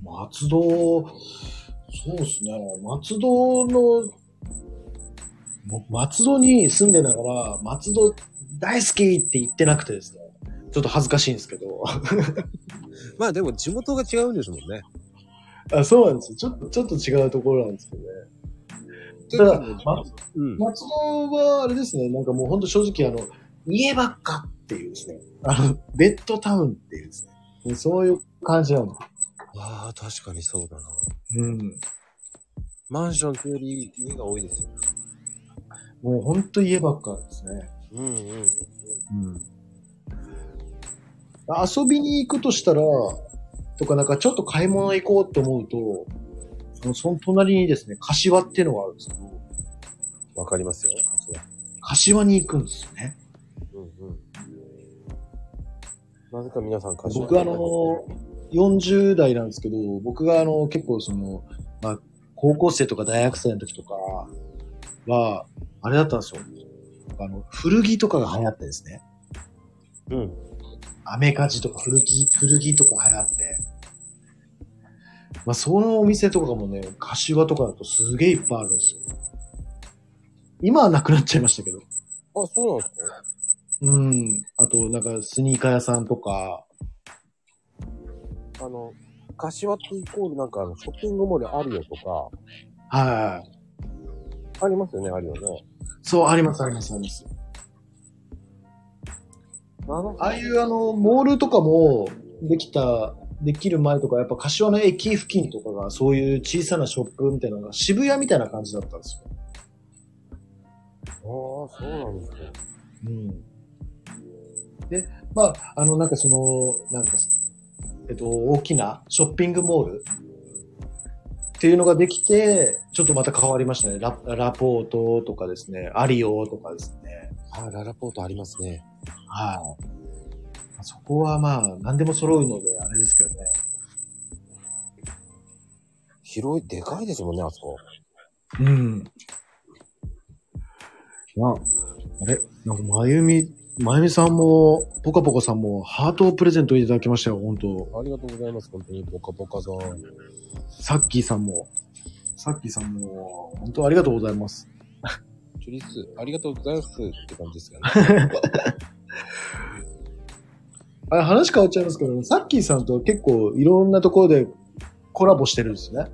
うん。松戸、そうですね。松戸の、も松戸に住んでながら、松戸大好きって言ってなくてですね。ちょっと恥ずかしいんですけど。
まあでも地元が違うんですもんね。
あそうなんですよ。ちょっと、ちょっと違うところなんですけどね。ただま
うん。
松戸はあれですね、なんかもうほんと正直あの、家ばっかっていうですね、あの、ベッドタウンっていうですね、もうそういう感じなの。
ああ、確かにそうだな。
うん。
マンションっていうより家が多いですよね。
もうほんと家ばっかですね。
うんうん。
うん。遊びに行くとしたら、とかなんかちょっと買い物行こうと思うと、あのその隣にですね、柏っていうのがあるんですけど、
わかりますよ。あっちは
柏に行くんですよね。
うんうん。なぜか皆さん、柏
僕あの40代なんですけど、僕があの、結構その、まあ、高校生とか大学生の時とかは、あれだったんですよ。あの、古着とかが流行ってですね。
うん。
アメカジとか古着、古着とか流行って。まあ、そのお店とかもね、柏とかだとすげえいっぱいあるんですよ。今はなくなっちゃいましたけど。
あ、そうなんですか
うん。あと、なんか、スニーカー屋さんとか、
あの、柏ってイコールなんかあの、ショッピングモールあるよとか、
はい。
ありますよね、あるよね。
そう、あります、あります、あります。
あの
ああいうあの、モールとかもできた、できる前とか、やっぱ柏の駅付近とかがそういう小さなショップみたいなのが渋谷みたいな感じだったんですよ。
ああ、そうなんですね。
うん。で、まあ、あの、なんかその、なんか、えっと、大きなショッピングモールっていうのができて、ちょっとまた変わりましたね。ララポートとかですね、アリオとかですね。
あララポートありますね。
はい。そこはまあ、何でも揃うので、あれですけどね。
広い、でかいですもんね、あそこ。
うん。あ、あれなんか、まゆみ、まゆみさんも、ぽかぽかさんも、ハートをプレゼントいただきましたよ、本当
ありがとうございます、本当に。ぽかぽかさん。
さっきーさんも、さっきーさんも、本当ありがとうございます。
チュリス、ありがとうございますって感じですかね。
あれ、話変わっちゃいますけど、さっきーさんと結構いろんなところでコラボしてるんですね。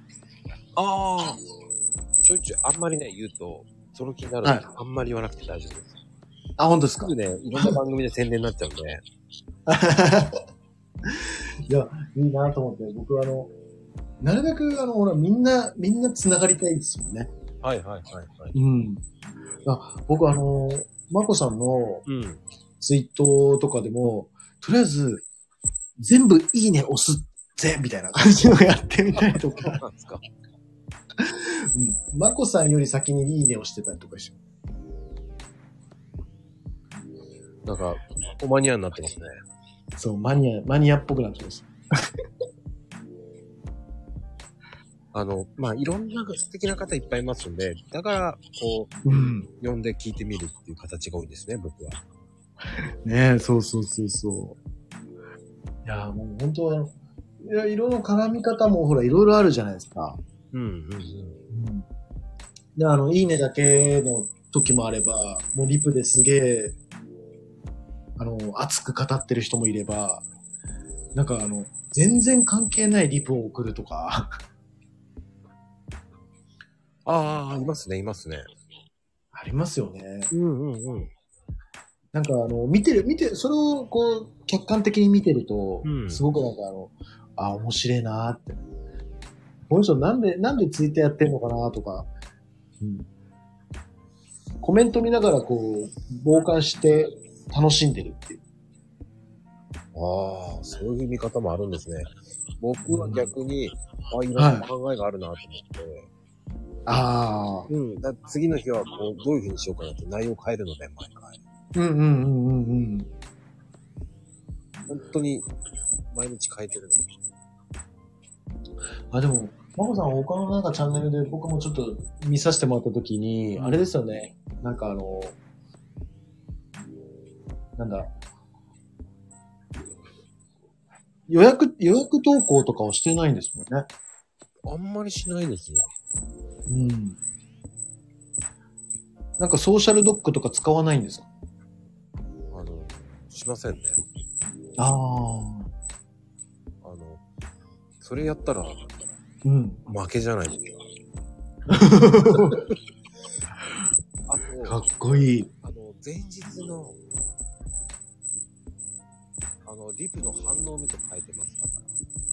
ああ。ちょいちょい、あんまりね、言うと、その気になるんで、
はい
あんまり言わなくて大丈夫です。
あ、本当です
す
か
ぐね、いろんな番組で宣伝になっちゃうんで。
いや、いいなと思って、僕はあの、なるべくあの、ほら、みんな、みんな繋がりたいですもんね。
はいはいはいはい。
うん。あ僕あの、まこさんの
うん。
ツイートとかでも、とりあえず、全部いいね押すぜ、みたいな感じの やってみたりとか、
なんですか
うん。まこさんより先にいいねをしてたりとかして。
なんか、おマニアになってますね。
そう、マニア、マニアっぽくなってます。
あの、まあ、いろんな素敵な方いっぱいいますんで、だから、こう、
うん。
読んで聞いてみるっていう形が多いですね、僕は。
ねえ、そうそうそうそう。いや、もう本当は、いや、色の絡み方もほら、いろいろあるじゃないですか。
うんうんうん。
うん。で、あの、いいねだけの時もあれば、もうリプですげえ、あの、熱く語ってる人もいれば、なんかあの、全然関係ないリプを送るとか、
ああ、いますね、いますね。
ありますよね。
うんうんうん。
なんかあの、見てる、見て、それをこう、客観的に見てると、
うん
すごくなんかあの、あ、面白いなーって。この人なんで、なんでツイッターやってんのかなとか、うんコメント見ながらこう、傍観して楽しんでるっていう。
ああ、そういう見方もあるんですね。僕は逆に、ああ、いろんな考えがあるなと思って、
ああ。
うん。だ次の日は、こう、どういうふうにしようかなって内容を変えるので、毎回。
うんうんうんうんうん。
本当に、毎日変えてるんです
あ、でも、マコさん他のなんかチャンネルで僕もちょっと見させてもらった時に、あれですよね。なんかあの、なんだ。予約、予約投稿とかをしてないんですもんね。
あんまりしないですね。
うん。なんかソーシャルドックとか使わないんですか
あの、しませんね。
ああ。
あの、それやったら、
うん。
負けじゃないですか。 あ
かっ
と、
こいい。
あの、前日の、あの、リプの反応を見て変えてます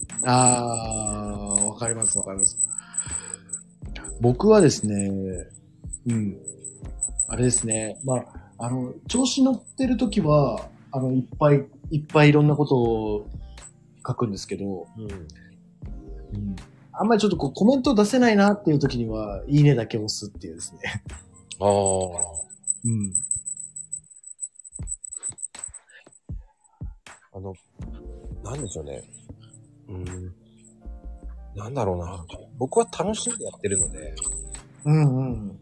だから。
ああ、わかります、わかります。僕はですね、うん。あれですね、まあ、あの、調子乗ってる時は、あの、いっぱい、いっぱいいろんなことを書くんですけど、
うん。
あんまりちょっとこうコメント出せないなっていう時には、いいねだけ押すっていうですね。
ああ。
うん。
あの、なんでしょうね。うん。なんだろうな。僕は楽しんでやってるので、
うんうん。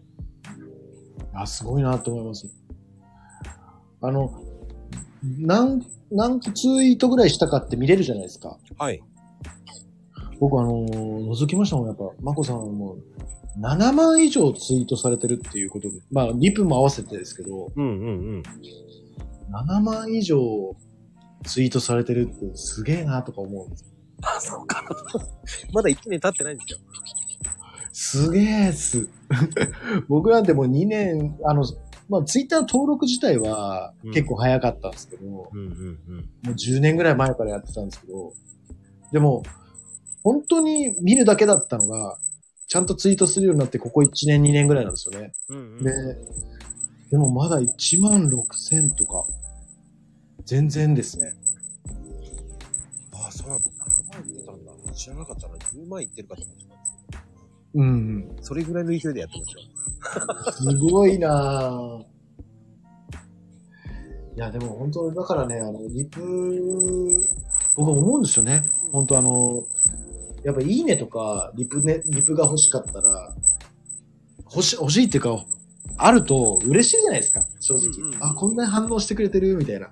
あ、すごいなと思います。あの、何、何ツイートぐらいしたかって見れるじゃないですか。
はい。
僕あのー覗きましたもん、やっぱ、まこさんはもう、7万以上ツイートされてるっていうことで、まあ、リプも合わせてですけど、
うんうんうん。
7万以上ツイートされてるってすげえなとか思うんですよ。
あ、そうか。まだ1年経ってないんですよ。
すげえっす。 僕なんてもう2年、あの、まあ、ツイッター登録自体は
うん
結構早かったんですけど、も
うんうん
う10年ぐらい前からやってたんですけど、でも、本当に見るだけだったのが、ちゃんとツイートするようになって、ここ1年、2年ぐらいなんですよね。
うん。うんうん
で、でもまだ1万6千とか、全然ですね。
あ、そうなんだ。7万いってたんだ。知らなかったな。10万いってるかと思ってたんですけ
うん。
ど。それぐらいの勢いでやってますよ。
すごいなぁ。いや、でも本当、だからね、あの、リプ、僕思うんですよね。本当あの、やっぱいいねとか、リプね、リプが欲しかったら、欲し、欲しいっていうか、あると嬉しいじゃないですか、正直。
うんうんうん
あ、こんなに反応してくれてるみたいな。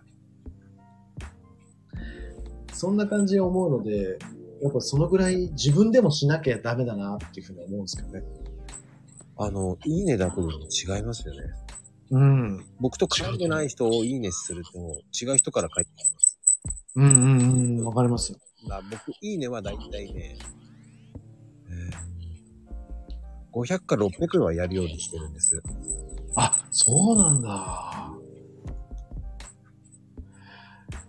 そんな感じに思うので、やっぱそのぐらい自分でもしなきゃダメだなっていうふうに思うんですけどね。
あの、いいねだけでも違いますよね。
うん。うん
僕と絡んでない人をいいねすると、違う人から返ってきます。
うんうん、わかりますよ。
まあ僕、いいねはだいたいね、えー500か600はやるようにしてるんです。
あ、そうなんだ。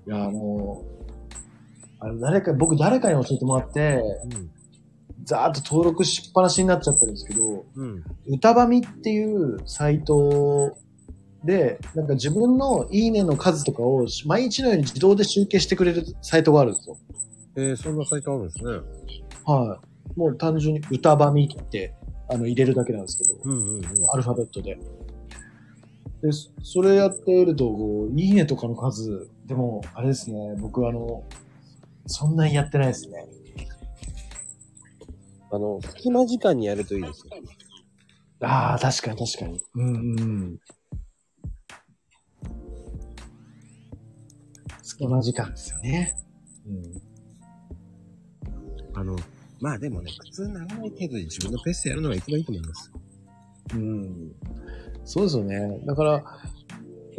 いや、あの、あれ誰か、僕誰かに教えてもらって、
うん。
ざーっと登録しっぱなしになっちゃったんですけど、
うん。
歌ばみっていうサイトで、なんか自分のいいねの数とかを毎日のように自動で集計してくれるサイトがあるんですよ。
えー、そんなサイトあるんですね。
はい。もう単純に歌ばみって、あの、入れるだけなんですけど、
うんうんうん。
アルファベットで。で、そそれやってると、こう、いいねとかの数、でも、あれですね、僕あの、そんなにやってないですね。
あの、隙間時間にやるといいですよ。
ああ、確かに確かに。うんうん。隙間時間ですよね。
あの、まあでもね、苦痛にならない程度で自分のペースでやるのが一番いいと思います。
うん。うん。そうですよね。だから、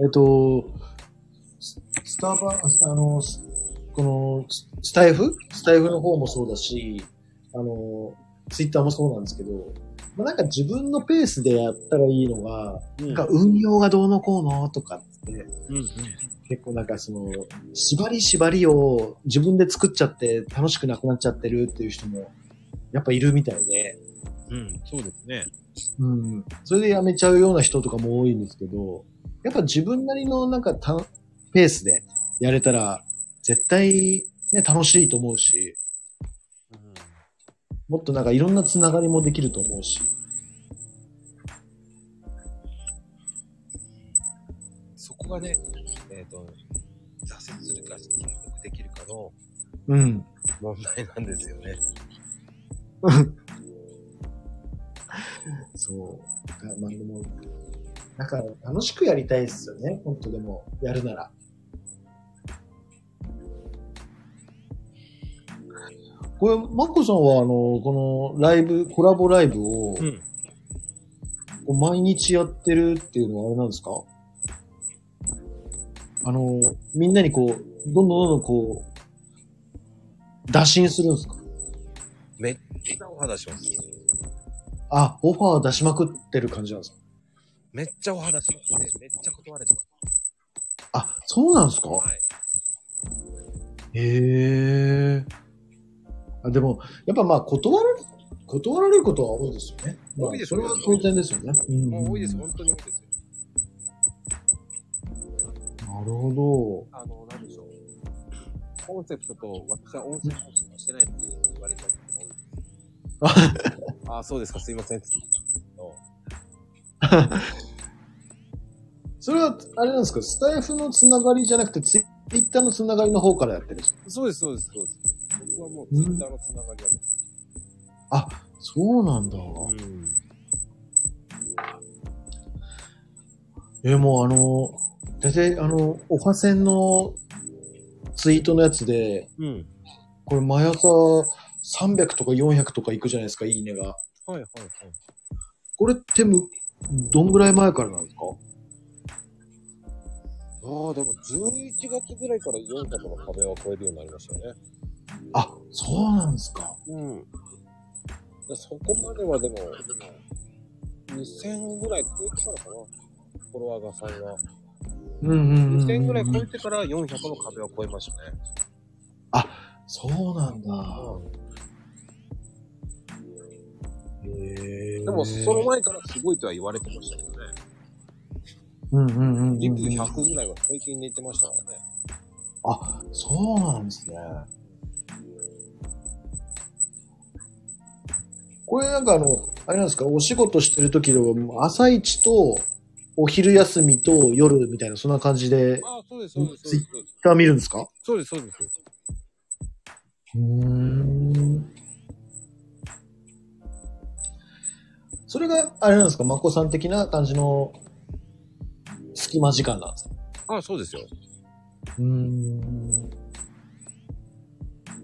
えっと、ススタバ、あの、スこの、ススタイフスタイフの方もそうだし、あの、ツイッターもそうなんですけど、まあ、なんか自分のペースでやったらいいのが、
う
なんか運用がどうのこうのとかって、
うんうん。
結構なんかその、縛り縛りを自分で作っちゃって楽しくなくなっちゃってるっていう人もやっぱいるみたいで、
うん、そうですね。
うん。それでやめちゃうような人とかも多いんですけど、やっぱ自分なりのなんかたペースでやれたら絶対ね、楽しいと思うし、もっとなんかいろんなつながりもできると思うし、
そこがね、えっ、と、挫折するか、継続できるかの
うん。
問題なんですよね。
そう。だまあでも、なんか楽しくやりたいですよね、本当でも、やるなら。これ、マッコさんは、あの、このライブ、コラボライブを、
ん。
こう毎日やってるっていうのはあれなんですかあの、みんなにこう、どんどんどんどんこう、打診するんですか
めっちゃオ肌します。
あ、オファー出しまくってる感じなんですか
めっちゃお肌しますね。めっちゃ断れてます。
あ、そうなんですか
はい。
へえ。あでも、やっぱまあ断られ、断られることは多いですよね。まあ
多いです
それは当然ですよね。うん
もう多いです。本当に多いです。
なるほ
あの、なんでしょう。コンセプトと、私は音声配信はしてないって言われたことが 多いです。ああ、そうですか、すいません。って言ったんですけど
ど。それは、あれなんですか、スタイフのつながりじゃなくて、ツイッターのつながりの方からやってるんですか
そうです、そうです、そうです。僕はもう、ツイッターのつながりだと。
そうなんだ。
ん。
え、もうあの、大体あの、おはせんのツイートのやつで、
うん。
これ毎朝300とか400とかいくじゃないですか、いいねが。
はい、はい、はい。
これってむ、どんぐらい前からなんですか
ああ、でも、11月ぐらいから4桁の壁は超えるようになりましたよね。
あ、そうなんですか。
うん。そこまではでも、2000ぐらい超えてからかな。フォロワーがさんが。
うんうんうん。
2000ぐらい超えてから400の壁は超えましたね。
そうなんだ。へえ。
でも、その前からすごいとは言われてましたけどね。
うんうんうんうん。
リップ100ぐらいは最近で言ってましたからね。
あ、そうなんですね。これなんかあの、あれなんですか、お仕事してる時ではもう朝一とお昼休みと夜みたいな、そんな感じで、
ああ、そうです、そうです、そうです。
が見るんですか
そうです、そうです。
うーんそれが、あれなんですか、まこさん的な感じの隙間時間なんですか
ああ、そうですよ。
うーん。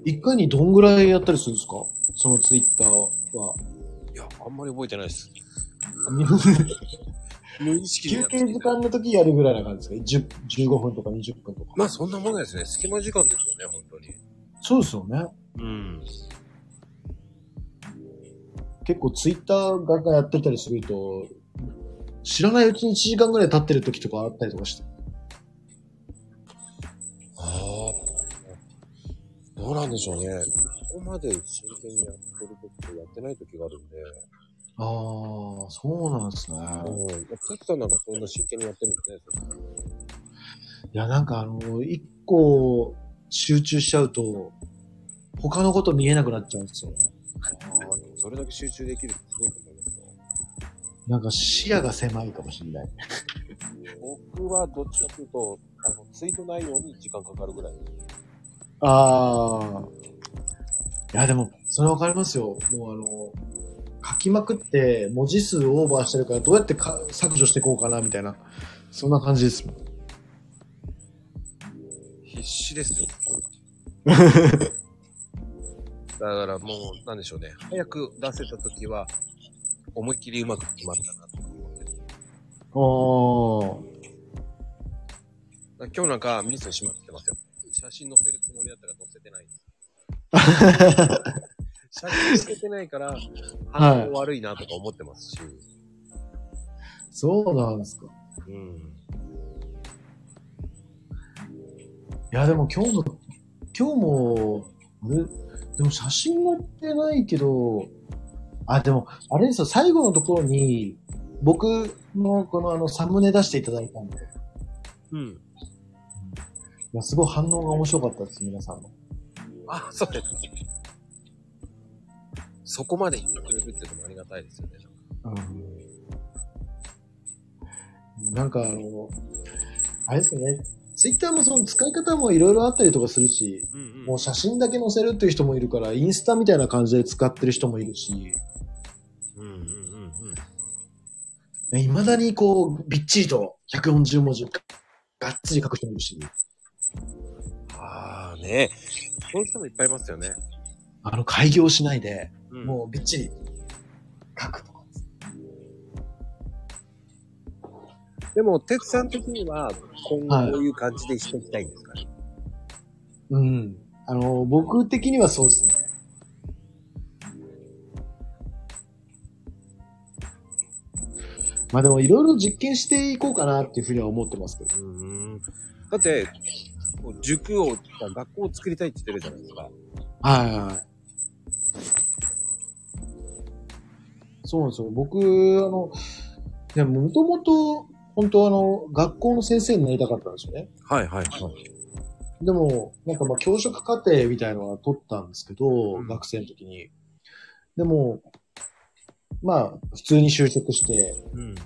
一回にどんぐらいやったりするんですかそのツイッターは。
いや、あんまり覚えてないです。無意識でや
休
って
憩時間の時やるぐらいな感じですか10 ?15 分とか20分とか。
まあ、そんなもんですね。隙間時間ですよね、本当に。
そうですよね。
うん。
結構ツイッターがやってたりすると、知らないうちに1時間ぐらい経ってる時とかあったりとかして。
ああ、どうなんでしょうね。ここまで真剣にやってる時とやってない時があるんで、
ああ、そうなんですね。
うん。さきさんなんかそんな真剣にやってるんですね。
いや、なんかあの、一個集中しちゃうと、他のこと見えなくなっちゃうんですよね。
それだけ集中できるってすごいと思いますよ。
なんか視野が狭いかもしれない。
僕はどっちかというと、あの、ツイート内容に時間かかるぐらい。
ああ。いや、でも、それわかりますよ。もうあの、書きまくって文字数オーバーしてるから、どうやってか削除していこうかな、みたいな。そんな感じですもん。
必死 ですよ。だからもう、なんでしょうね。早く出せた時は、思いっきりうまく決まったなと思って。だか
あ
ら今日なんかミスしまくってますよ。写真載せるつもりだったら載せてない。 写真載せてないから、反応悪いなとか思ってますし。
あ。そうなんですか。
うん。
いや、でも今日の、今日も、あれでも写真載ってないけど、あ、でも、あれですよ、最後のところに、僕のこのあの、サムネ出していただいたんで、い
うん。
やすごい反応が面白かったです、皆さんの。
あ、そうですか。そこまで言ってくれるっていうのもありがたいですよね。
なんかあの、あれですよね、ツイッターもその使い方もいろいろあったりとかするし、
うん
もう写真だけ載せるっていう人もいるから、インスタみたいな感じで使ってる人もいるし、
うんうんうんうん。
いまだにこう、びっちりと140文字ががっつり書く人もいるし、
ああね。そういう人もいっぱいいますよね。
あの、開業しないで、
うん
もうびっちり書くとか。
でも、哲さん的には、今
はい
後こういう感じでしていきたいんですかね。
うん。あの、僕的にはそうですね。まあでもいろいろ実験していこうかなっていうふうには思ってますけど。
うん。だって、こう塾を、学校を作りたいって言ってるじゃないですか。
はいはいはい。そうなんですよ。僕、あの、いや、もともと、本当あの、学校の先生になりたかったんですよね。
はいはいはい。
でも、なんかまあ、教職課程みたいのは取ったんですけど、
うん
学生の時に。でも、まあ、普通に就職して、
うん。
で、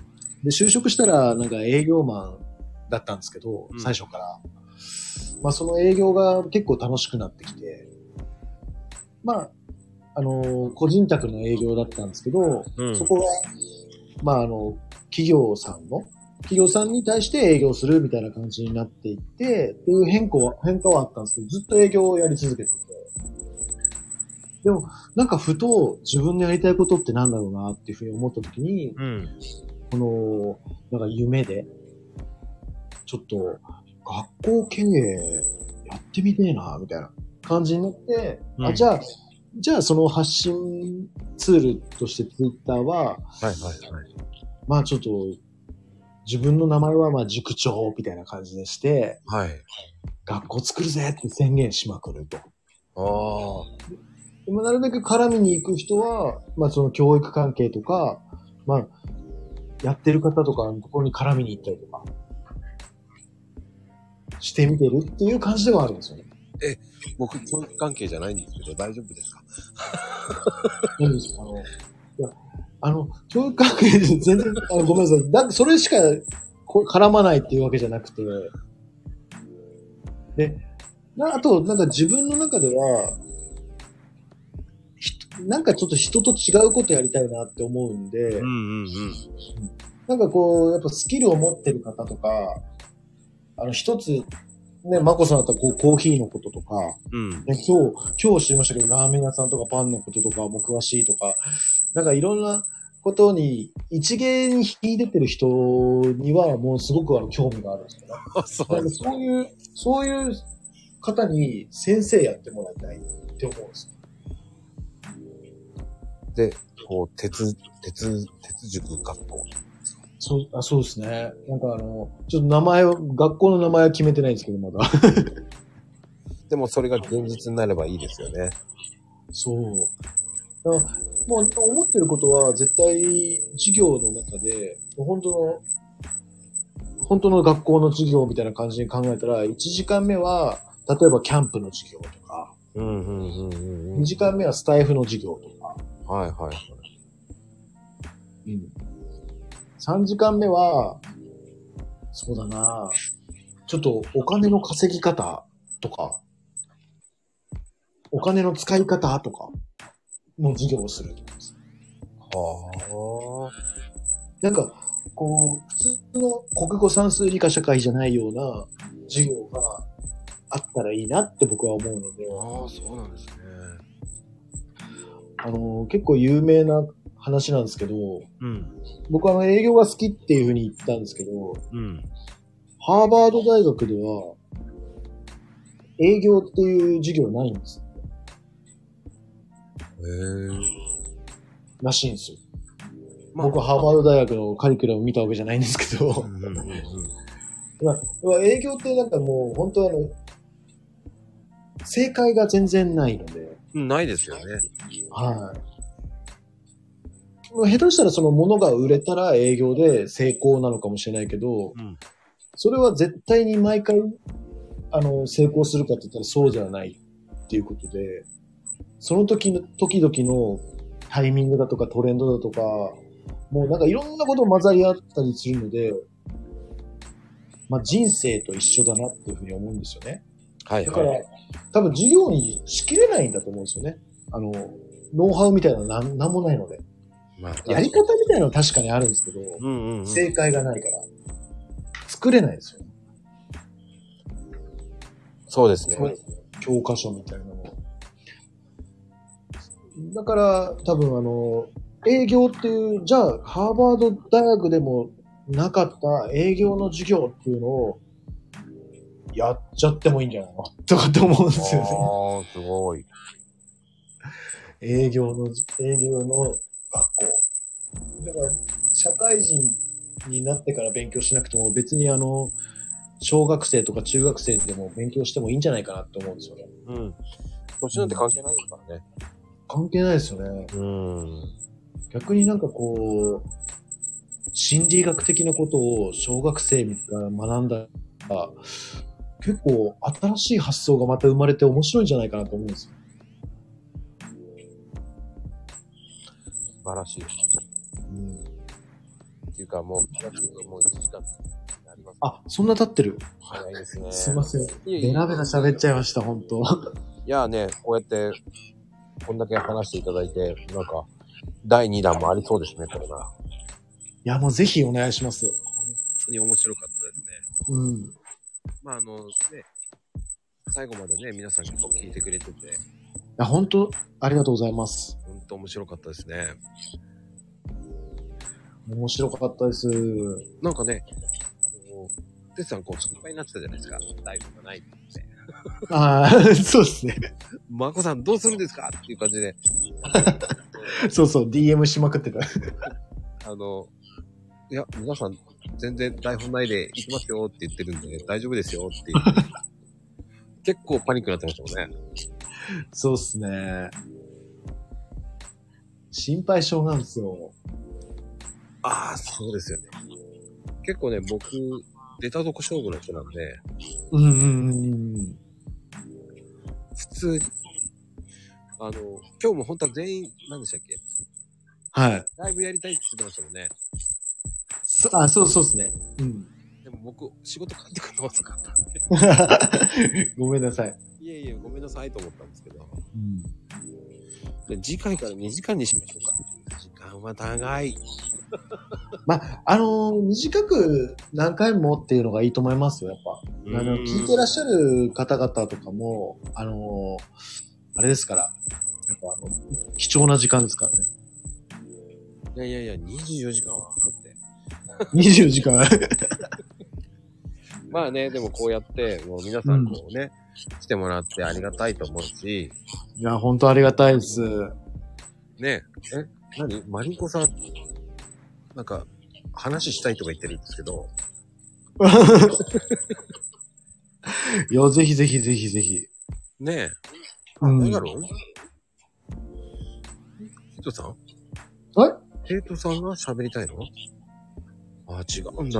就職したら、なんか営業マンだったんですけど、
うん
最初から。まあ、その営業が結構楽しくなってきて、まあ、あのー個人宅の営業だったんですけど、
うん
そこが、まあ、あの、企業さんの、企業さんに対して営業するみたいな感じになっていって、っていう変化は、変化はあったんですけど、ずっと営業をやり続けてて。でも、なんかふと自分のやりたいことってなんだろうなっていうふうに思った時に、
うん。
この、なんか夢で、ちょっと、学校経営やってみてえな、みたいな感じになって、
うん
あ、じゃあ、じゃあその発信ツールとして Twitter
はい
は、
はいはい。
まあちょっと、自分の名前はまあ塾長みたいな感じでして、
はい。
学校作るぜって宣言しまくると。
あ
でもなるべく絡みに行く人は、まあその教育関係とか、まあ、やってる方とかのところに絡みに行ったりとか、してみてるっていう感じではあるんですよね。
あ。僕、教育関係じゃないんですけど、大丈夫ですか
何ですかあの、いや、あの、教育関係で全然、あのごめんなさい。なんかそれしかこ絡まないっていうわけじゃなくて、で、なあと、なんか自分の中では、ひなんかちょっと人と違うことやりたいなって思うんで、
んうん
なんかこう、やっぱスキルを持ってる方とか、あの、一つ、ね、マコさんだったらこう、コーヒーのこととか、
うん。うん。
ね、今日、今日知りましたけど、ラーメン屋さんとかパンのこととかも詳しいとか、なんかいろんなことに、一芸に引いてってる人には、もうすごくあの興味があるんですよね。
あ、 そ
なん
う
かそういう、そういう方に先生やってもらいたいって思うんですよ。
で、こう、鉄、鉄、鉄塾学校。
そう、あ、そうですね。なんかあの、ちょっと名前を、学校の名前は決めてないんですけど、まだ。
でもそれが現実になればいいですよね。
そう。だからもう思ってることは絶対授業の中で、もう本当の、本当の学校の授業みたいな感じに考えたら、1時間目は、例えばキャンプの授業とか、
うんうんうんうんう
2
ん。
時間目はスタイフの授業とか、
はいはい。
うん。3時間目は、そうだなちょっとお金の稼ぎ方とか、お金の使い方とかの授業をすると思います。
は
なんか、こう、普通の国語算数理科社会じゃないような授業があったらいいなって僕は思うので、
ああ、そうなんですね。
あの、結構有名な話なんですけど、
うん。
僕あの営業が好きっていうふうに言ったんですけど、
うん。
ハーバード大学では、営業っていう授業ないんです。
へえ。
らしいんですよ。
まあ
僕はハーバード大学のカリキュラムを見たわけじゃないんですけ ど
う、んうんうんうん。
まあ営業ってなんかもう本当あの、正解が全然ないので、
うんないですよね。
はい。もう下手したらその物が売れたら営業で成功なのかもしれないけど、
うん
それは絶対に毎回、あの、成功するかって言ったらそうじゃないっていうことで、その時の、時々のタイミングだとかトレンドだとか、もうなんかいろんなこと混ざり合ったりするので、まあ人生と一緒だなっていうふうに思うんですよね。
はい
だか
は
ら
い。、
多分授業にしきれないんだと思うんですよね。あの、ノウハウみたいなのなんなんもないので。
まあ
やり方みたいなのは確かにあるんですけど、
うんうんうん。
正解がないから、作れないですよね。
そうですね。
教科書みたいなの。だから、多分あの、営業っていう、じゃあ、ハーバード大学でもなかった営業の授業っていうのを、やっちゃってもいいんじゃないのとかって思うんですよね。
ああ、すごい。
営業の、営業の学校。だから、社会人になってから勉強しなくても、別にあの、小学生とか中学生でも勉強してもいいんじゃないかなって思うんですよね。
うん。年なんて関係ないですからね。
関係ないですよね。
うん。
逆になんかこう、心理学的なことを小学生が学んだら、結構新しい発想がまた生まれて面白いんじゃないかなと思うんですよ。
素晴らしい。っていうか、もう、気がつくともう1時間になります。
あ、そんな経ってる。
早いですね。
すいません。
いやいや
ベラベラ喋っちゃいました、本当
いやね、こうやって、こんだけ話していただいて、なんか、第2弾もありそうですね、これが。本
いや、もうぜひお願いします。
当に面白かったですね。
うん。
まあ、あの、ね、最後までね、皆さん結構聞いてくれてて、
いや、本当ありがとうございます。
ほんと面白かったですね。
面白かったです。
なんかね、こう、てつさん、こう、心配になってたじゃないですか。ライブがないって。
ああ、 そうですね。
まこさん、どうするんですかっていう感じで、
そうそう、DM しまくってた。
あの、いや、皆さん、全然台本ないで行きますよって言ってるんで、大丈夫ですよって言って。結構パニックになってましたもんね。
そうっすね。心配性なんですよ。
ああ、そうですよね。結構ね、僕、出たとこ勝負の人なんで、
うんうんうんうん。
普通に、あの、今日も本当は全員、何でしたっけ
はい。
ライブやりたいって言ってましたもんね。
そあ、そうそうっすね。うん。
でも僕、仕事帰ってくるの遅かったんで。
ごめんなさい。
いえいえ、ごめんなさいと思ったんですけど。
うん。
で次回から2時間にしましょうか。時間は長い。
あのー短く何回もっていうのがいいと思いますよ、やっぱ。あの、聞いてらっしゃる方々とかも、あのーあれですから、やっぱあの、貴重な時間ですから ね。
いやいやいや、24時間はあって。
20時間。
まあね、でもこうやって、もう皆さんこうね、来てもらってありがたいと思うし、
いや、本当ありがたいです。
ね、え、何マリンコさん、なんか、話したいとか言ってるんですけど、
いや、ぜひぜひぜひぜひ。
ね
う
え。
ん
だか。ら、ヘイトさんヘイトさんが喋りたいのあ、違うんだ。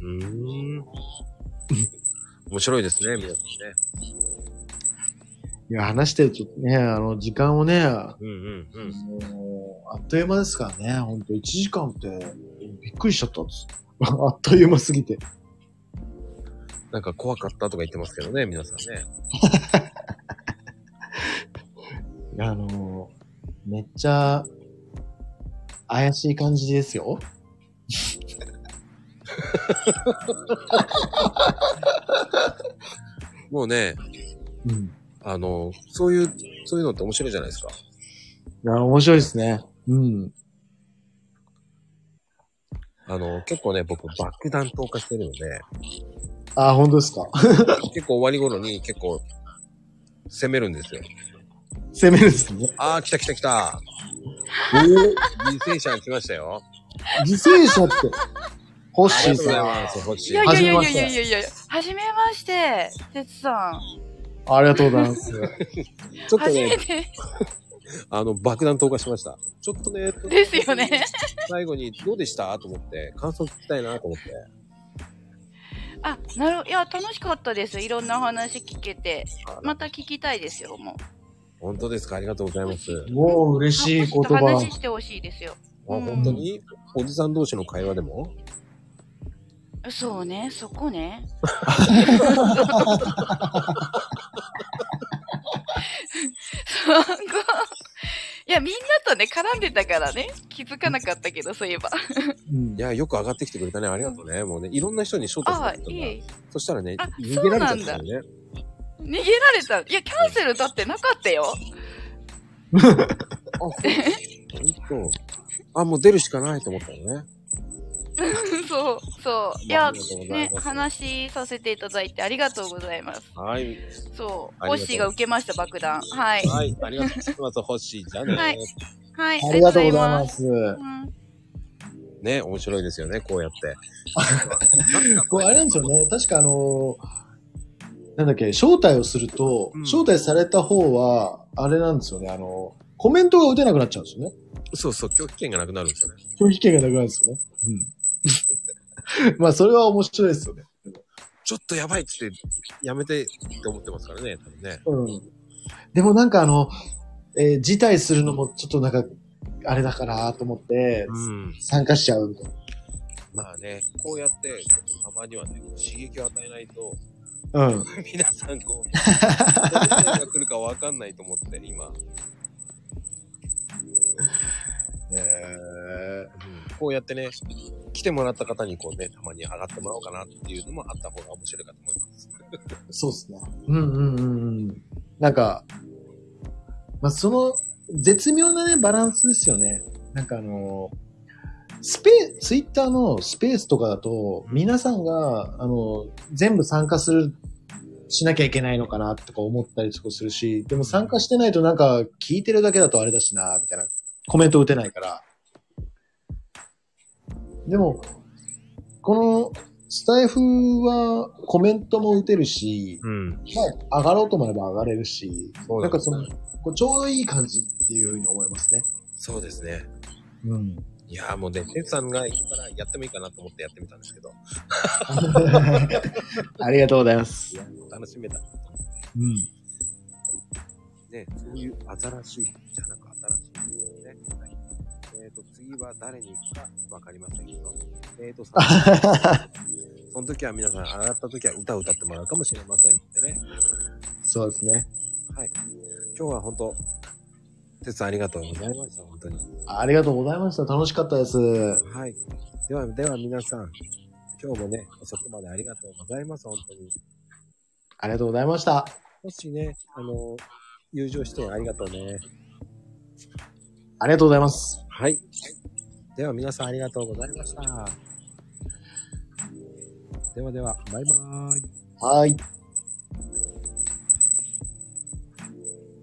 うーん。面白いですね、皆さんね。
いや、話してるとね、あの、時間をね、も
うんうんう。
うんあっという間ですからね、ほんと1時間って、びっくりしちゃったんです。 あっという間すぎて。
なんか怖かったとか言ってますけどね、皆さんね。
いやあの、めっちゃ、怪しい感じですよ。
もうね、
うん。
あの、そういう、そういうのって面白いじゃないですか。
いや、面白いですね。うん。
あの、結構ね、僕、爆弾投下してるので、
あ、本当ですか。
結構終わり頃に結構、攻めるんですよ。
攻めるんですね。
あー、来た来た来た
え
犠
ー、
牲者が来ましたよ。
犠牲者って、ホッ
あ
シ
り
ー
がとうござい
さん。
ます、星
いやいやいやい
は
や
じ
い
め
や
ま
い
して
やいや、はじめまして、てつさん。
ありがとうございます。
ちょっと
初
ね
め、て
あの、爆弾投下しました。ちょっとね、
ですよね。
最後に、どうでしたと思って、感想聞きたいなと思って。
あ、なる、いや、楽しかったです。いろんなお話聞けて。また聞きたいですよ、もう。
本当ですかありがとうございます。あ、
もう嬉しい言
あもっと話
葉。
してほしいですよ。うん
本当におじさん同士の会話でも
そうね、そこね。そこ。いや、みんなとね、絡んでたからね。気づかなかったけど、そういえば。
うん
いや、よく上がってきてくれたね。ありがとうね。もうね、いろんな人に招待さ
ああ、
れてたん
い
だ。
え。
そしたらね
あ、
逃げられちゃったんだよね。
逃げられた。いや、キャンセルだってなかったよ。
あ、ほんと。あ、もう出るしかないと思ったのね。
そう、そう。い
まああ
や
りがとうご、ざい
ね
ま、す
話させていただいてありがとうございます。
はい。
そう。
ありがとう
ホッシーが受けました、爆弾。はい。
はい。ありがとうございます。星じゃあね。
はいはい。
ありがとうございま
あ
す。
りがとうございます。
ね、面白いですよね。こうやって。
これあれなんですよね。確かあのーなんだっけ、招待をすると、
うん
招待された方は、あれなんですよね。あのーコメントが打てなくなっちゃうんですよね。
そうそう、拒否権がなくなるんですよね。
拒否権がなくなるんですよね。うん。 まあ、それは面白いですよね。
ちょっとやばいっつって、やめてって思ってますからね、多分ね。
うん。でもなんかあの、えー辞退するのもちょっとなんか、あれだからと思って、
うん。
参加しちゃうみたい
まあね、こうやって、たまにはね、刺激を与えない と、
な。うん。
皆さん こう、何が来るかわかんないと思って、今。
え
こうやってね、来てもらった方にこうね、たまに上がってもらおうかなっていうのもあった方が面白いかと思います。
そうですね。うんうんうんうん。なんか、まあ、その絶妙なね、バランスですよね。なんかあの、スペース、ツイッターのスペースとかだと、皆さんが、あの、全部参加する、しなきゃいけないのかなとか思ったりとかするし、でも参加してないとなんか聞いてるだけだとあれだしな、みたいな。コメント打てないから。でも、このスタイフはコメントも打てるし、
うん。
まあ上がろうと思えば上がれるし、
そう
なん
だ
かその、こうちょうどいい感じっていうふうに思いますね。
そうですね。
うん。
いやーもうね、てつさんがいるからやってもいいかなと思ってやってみたんですけど、
ありがとうございます。
楽しめた。
うん。
ね、そういう新しい、じゃなく新しいですね。はい。えっ、ー、と、次は誰に行くかわかりませんけど、えっ、ー、と、その時は皆さん、上がった時は歌を歌ってもらうかもしれませんってね。
そうですね。
今日は本当、てつさんありがとうございました、本当に。
ありがとうございました。楽しかったです。
はい。では、では皆さん、今日もね、遅くまでありがとうございます、本当に。
ありがとうございました。
もしね、あの、友情してありがとうね。
ありがとうございます。
はい。では皆さんありがとうございました。ではでは、バイバーイ。
はい。